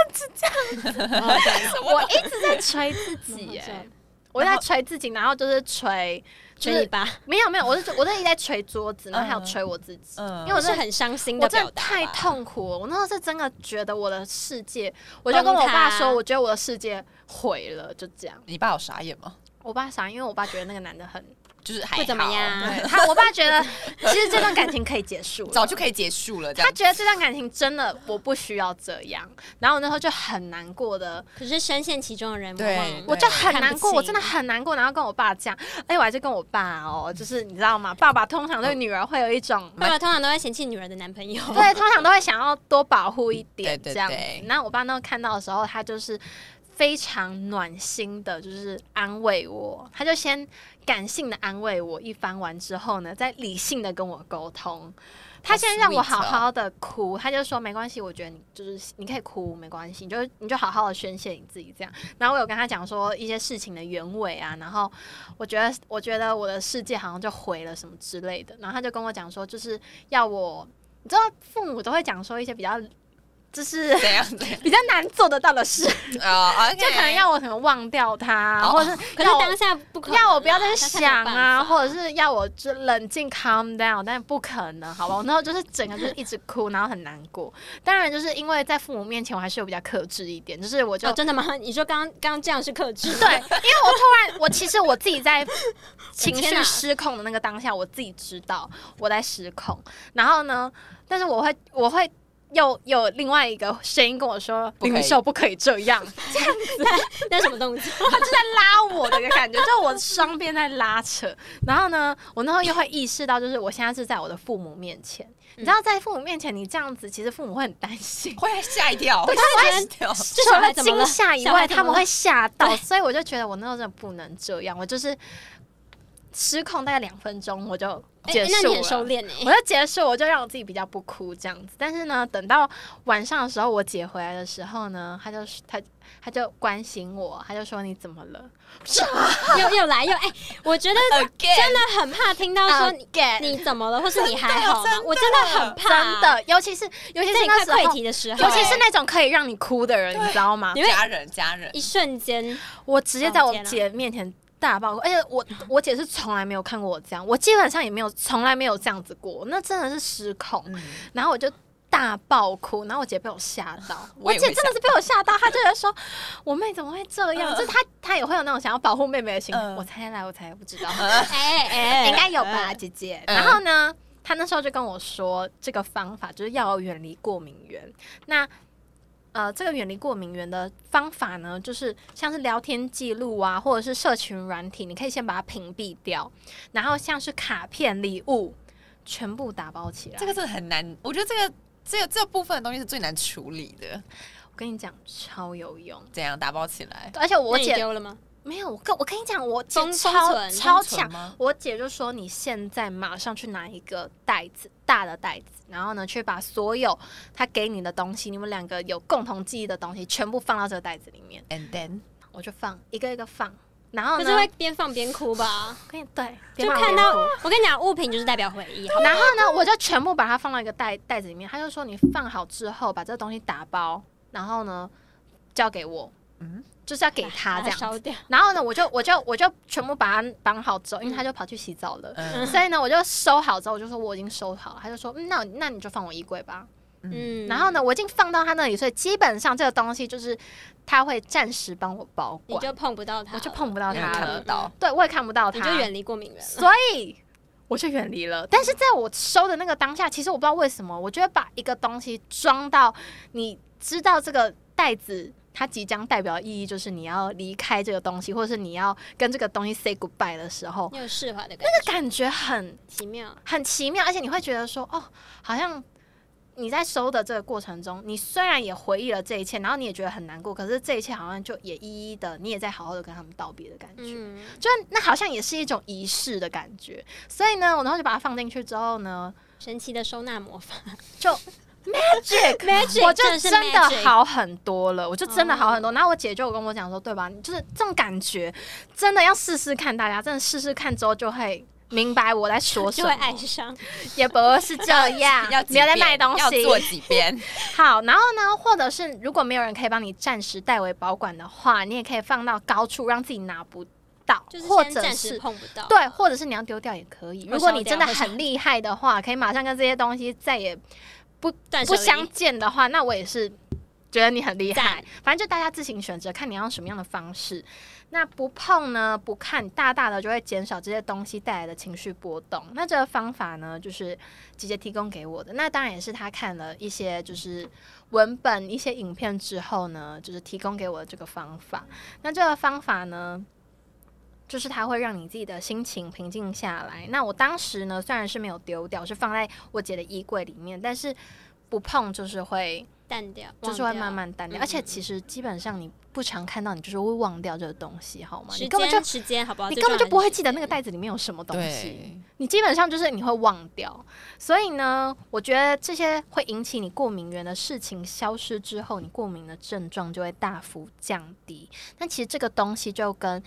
C: 对
A: 了，我一直在捶自己 耶、
C: 然后
A: 我在捶自己，然后就是捶，就
C: 捶你
A: 是
C: 吧，
A: 没有没有，我是我是一直在捶桌子，然后还有
B: 嗯
A: 捶我自己，
B: 嗯，
A: 因
B: 因
A: 为
B: 为
A: 我
C: 这是
A: 真的
C: 很伤心
A: 我
C: 的
A: 真
C: 表
A: 的
C: 达吧。
A: 太痛苦了，我那时候是真的觉得我的世界，我就跟我
C: 崩
A: 爸
C: 塌
A: 说，我觉得我的世界毁了，就这样。
B: 你爸有傻眼吗？
A: 我爸傻，因为我爸觉得那个男的很，
B: 就是还
C: 不怎么
B: 好
C: 样
A: 对 他我爸觉得其实这段感情可以结束了，
B: 早就可以结束了，这
A: 他
B: 样
A: 觉得这段感情真的我不需要这样，然后我那时候就很难过的，
C: 可是深陷其中的人，
B: 对
C: 往往
A: 我就很难过，
C: 看不清
A: 我真的很难过，然后跟我爸讲，哎，我还是跟我爸哦，就是你知道吗？爸爸通常对女儿会有一 种，
C: 爸爸通常都会嫌弃女人的男朋友，
A: 对，通常都会想要多保护一点
B: 对对
A: 这样子
B: 对。
A: 那我爸那时候看到的时候，他就是。非常暖心的，就是安慰我。他就先感性的安慰我一番完之后呢，再理性的跟我沟通。他先让我
B: sweet 哦
A: 好好的哭，他就说没关系，我觉得你就是你可以哭，没关系，你就你就好好的宣泄你自己这样。然后我有跟他讲说一些事情的原委啊，然后我觉得我觉得我的世界好像就毁了什么之类的。然后他就跟我讲说，就是要我，你知道父母都会讲说一些比较就是
B: 怎样怎样
A: 比较难做得到的事，
B: 啊？OK，
A: 就可能要我可能忘掉他，
B: 哦
A: 或者是
C: 可是
A: 要我
C: 当下不可能啊
A: 要我不要
C: 啦
A: 再
C: 当 下没有
A: 想
C: 办
A: 啊，
C: 法
A: 或者是要我就冷静 calm down，但不可能，好吧？我那时候就是整个就是一直哭，然后很难过。当然，就是因为在父母面前，我还是有比较克制一点，就是我就、
C: 哦，真的吗？ 你说刚刚刚这样是克制吗？
A: 对，因为我突然，我其实我自己在情
C: 天哪
A: 绪失控的那个当下，我自己知道我在失控。然后呢，但是我会，我会又又有另外一个声音跟我说：“
B: 不可以
A: 林秀不可以这样。”
C: 那什么动作？
A: 他就在拉我的一个感觉，就我双边在拉扯。然后呢，我那时候又会意识到，就是我现在是在我的父母面前。你知道，在父母面前你这样子，其实父母会很担 心。
C: 哦
B: 会吓一跳，会吓一跳。
C: 这
A: 除
C: 小孩怎么
A: 惊
C: 了？
A: 吓以
C: 小孩
A: 外，
C: 怎
A: 他
C: 么
A: 们
C: 了
A: 会吓到，所以我就觉得我那时候真的不能这样，我就是失控大概两分钟，我就
C: 哎
A: 结
C: 哎那
A: 束了。
C: 你很收敛呢、
A: 啊我就结束，我就让我自己比较不哭这样子。但是呢，等到晚上的时候，我姐回来的时候呢，她就她她就关心我，她就说你怎么了？
C: 又又来又哎、我觉 得
B: Again，
C: 真的很怕听到
A: 啊
C: 说你
A: get
C: 你怎么了，或是你还好吗
B: 真的？
C: 我真的很怕，
A: 真，的，尤其是尤其是
C: 在你
A: 那
C: 快
A: 时
C: 溃
A: 候，
C: 堤的时候，
A: 尤其是那种可以让你哭的人，你知道吗
C: 你？会
B: 家人家人
C: 哎一 瞬间，
A: 我直接在我
C: 哦天哪
A: 姐面前大爆哭，而且我我姐是从来没有看过我这样，我基本上也没有从来没有这样子过，那真的是失控。
B: 嗯
A: 然后我就大爆哭，然后我姐被我吓到，
B: 我
A: 我
B: 以为
A: 姐真的是被我吓到，她就在说：“我妹怎么会这
C: 嗯
A: 样？”就是她她也会有那种想要保护妹妹的心
B: 嗯
A: 情。我猜来，我猜不知 道。
C: 哎哎、
A: 应该有吧，姐姐。
B: 嗯
A: 然后呢，他那时候就跟我说，这个方法就是要我远离过敏源。那呃，这个远离过敏源的方法呢，就是像是聊天记录啊，或者是社群软体，你可以先把它屏蔽掉，然后像是卡片、礼物，全部打包起来。
B: 这个真的很难，我觉得这个这个这部分的东西是最难处理的。
A: 我跟你讲，超有用。
B: 怎样打包起来？
A: 而且我
C: 那你
A: 姐
C: 丢了吗？
A: 没有，我跟我跟你讲，我姐
C: 封封
A: 超
C: 存
A: 超
B: 封存
A: 强，
B: 吗？
A: 我姐就说：“你现在马上去拿一个袋子，大的袋子，然后呢，去把所有她给你的东西，你们两个有共同记忆的东西，全部放到这个袋子里面。
B: And then，”
A: 我就放一个一个放，然后
C: 可
A: 呢，
C: 是会边放边哭吧？
A: 我跟你对，别
C: 就
A: 骂我
C: 看
A: 别
C: 到
A: 哭
C: 我跟你讲，物品就是代表回忆，好
A: 然后呢，我就全部把它放到一个袋袋子里面。她就说：“你放好之后，把这个东西打包，然后呢，交给我，
B: 嗯
A: 就是要给她
C: 把
A: 啊这样。”
C: 它烧掉。
A: 然后呢，我就我就我就全部把它绑好之后，因
C: 嗯
A: 为她就跑去洗澡了。
B: 嗯
A: 所以呢，我就收好之后，我就说我已经收好了，他就说，嗯，那那你就放我衣柜吧。
C: 嗯，
A: 然后呢，我已经放到他那里，所以基本上这个东西就是他会暂时帮我保
C: 你
A: 管，
C: 就碰不到它，嗯
A: 我就，碰不到
B: 因为
A: 他
B: 看
A: 了
B: 不，到，
A: 对我也看不到他，
C: 你就远离过敏源了。
A: 所以我就远离了。但是在我收的那个当下，其实我不知道为什么，我觉得把一个东西装到你知道这个袋子。它即将代表的意义就是你要离开这个东西，或者是你要跟这个东西 say goodbye 的时候，
C: 你有释怀的感
A: 这感觉很
C: 觉，奇妙。
A: 很奇妙，而且你会觉得说，哦，好像你在收的这个过程中，你虽然也回忆了这一切，然后你也觉得很难过，可是这一切好像就也一一的，你也在好好的跟他们道别的感觉，
C: 嗯，
A: 就那好像也是一种仪式的感觉。所以呢，我然后就把它放进去之后呢，
C: 神奇的收纳魔法，
A: 就 magic。
C: magic，
A: 我就
C: 的是
A: 真的
C: magic 哦
A: 好很多了，我就真的好很多。然后我姐就有跟我讲说，对吧？你就是这种感觉，真的要试试看，大家真的试试看之后就会明白我在说什
C: 就
A: 么，
C: 会爱上。
A: 也不会是这 样
B: 要，
A: 嗯
B: 几
A: 没有在
B: 遍
A: 卖东
B: 要
A: 西。
B: 做几遍，
A: 好，然后呢，或者是如果没有人可以帮你暂时代为保管的话，你也可以放到高处，让自己拿不到，
C: 就是
A: 或
C: 先
A: 者
C: 暂时
A: 是。
C: 碰不到。
A: 对，或者是你要丢掉也可以。
C: 或
A: 如果
C: 烧
A: 你
C: 掉
A: 真的
C: 或烧
A: 很厉害的话，可以马上跟这些东西再也
C: 断舍
A: 不
C: 离，
A: 相见的话，那我也是觉得你很厉害
C: 赞。
A: 反正就大家自行选择，看你要用什么样的方式。那不碰呢，不看，大大的就会减少这些东西带来的情绪波动。那这个方法呢，就是姐姐提供给我的。那当然也是她看了一些就是文本、一些影片之后呢，就是提供给我的这个方法。那这个方法呢，就是它会让你自己的心情平静下来。那我当时呢，虽然是没有丢掉，是放在我姐的衣柜里面，但是不碰就是会
C: 淡掉，
A: 就是
C: 忘
A: 会
C: 掉
A: 慢慢淡掉，
C: 嗯
A: 而且其实基本上你不常看到，你就是会忘掉这个东西，好吗？
C: 时
A: 你根本就
C: 间时间好不好？
A: 你
C: 最
A: 根本就
C: 重要
A: 不
C: 的
A: 会
C: 是
A: 记得
C: 时
A: 那个
C: 间
A: 袋子里面有什么东西，
B: 对，
A: 你基本上就是你会忘掉。所以呢，我觉得这些会引起你过敏源的事情消失之后，你过敏的症状就会大幅降低。但其实这个东西就跟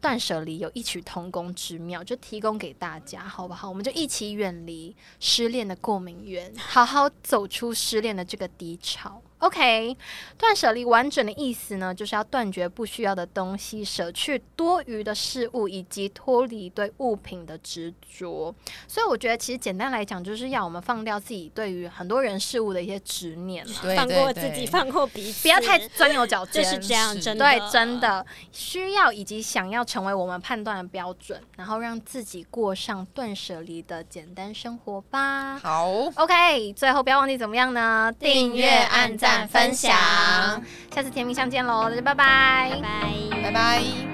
A: 断舍离有异曲同工之妙，就提供给大家，好不好？我们就一起远离失恋的过敏源，好好走出失恋的这个低潮。OK，断舍离完整的意思呢，就是要断绝不需要的东西，舍去多余的事物，以及脱离对物品的执着。所以我觉得，其实简单来讲，就是要我们放掉自己对于很多人事物的一些执念嘛，
B: 对
C: 放
B: 对
C: 过
B: 对
C: 自己，放过彼此，
A: 不要太钻牛角
C: 就
A: 尖。
C: 是这样，
B: 是
C: 真的
A: 对，真的需要以及想要成为我们判断的标准，然后让自己过上断舍离的简单生活吧。
B: 好，
A: OK，最后不要忘记怎么样呢？
C: 订阅按赞分享
A: 下次甜蜜相见喽，大家拜拜
C: 拜拜。
B: 拜拜。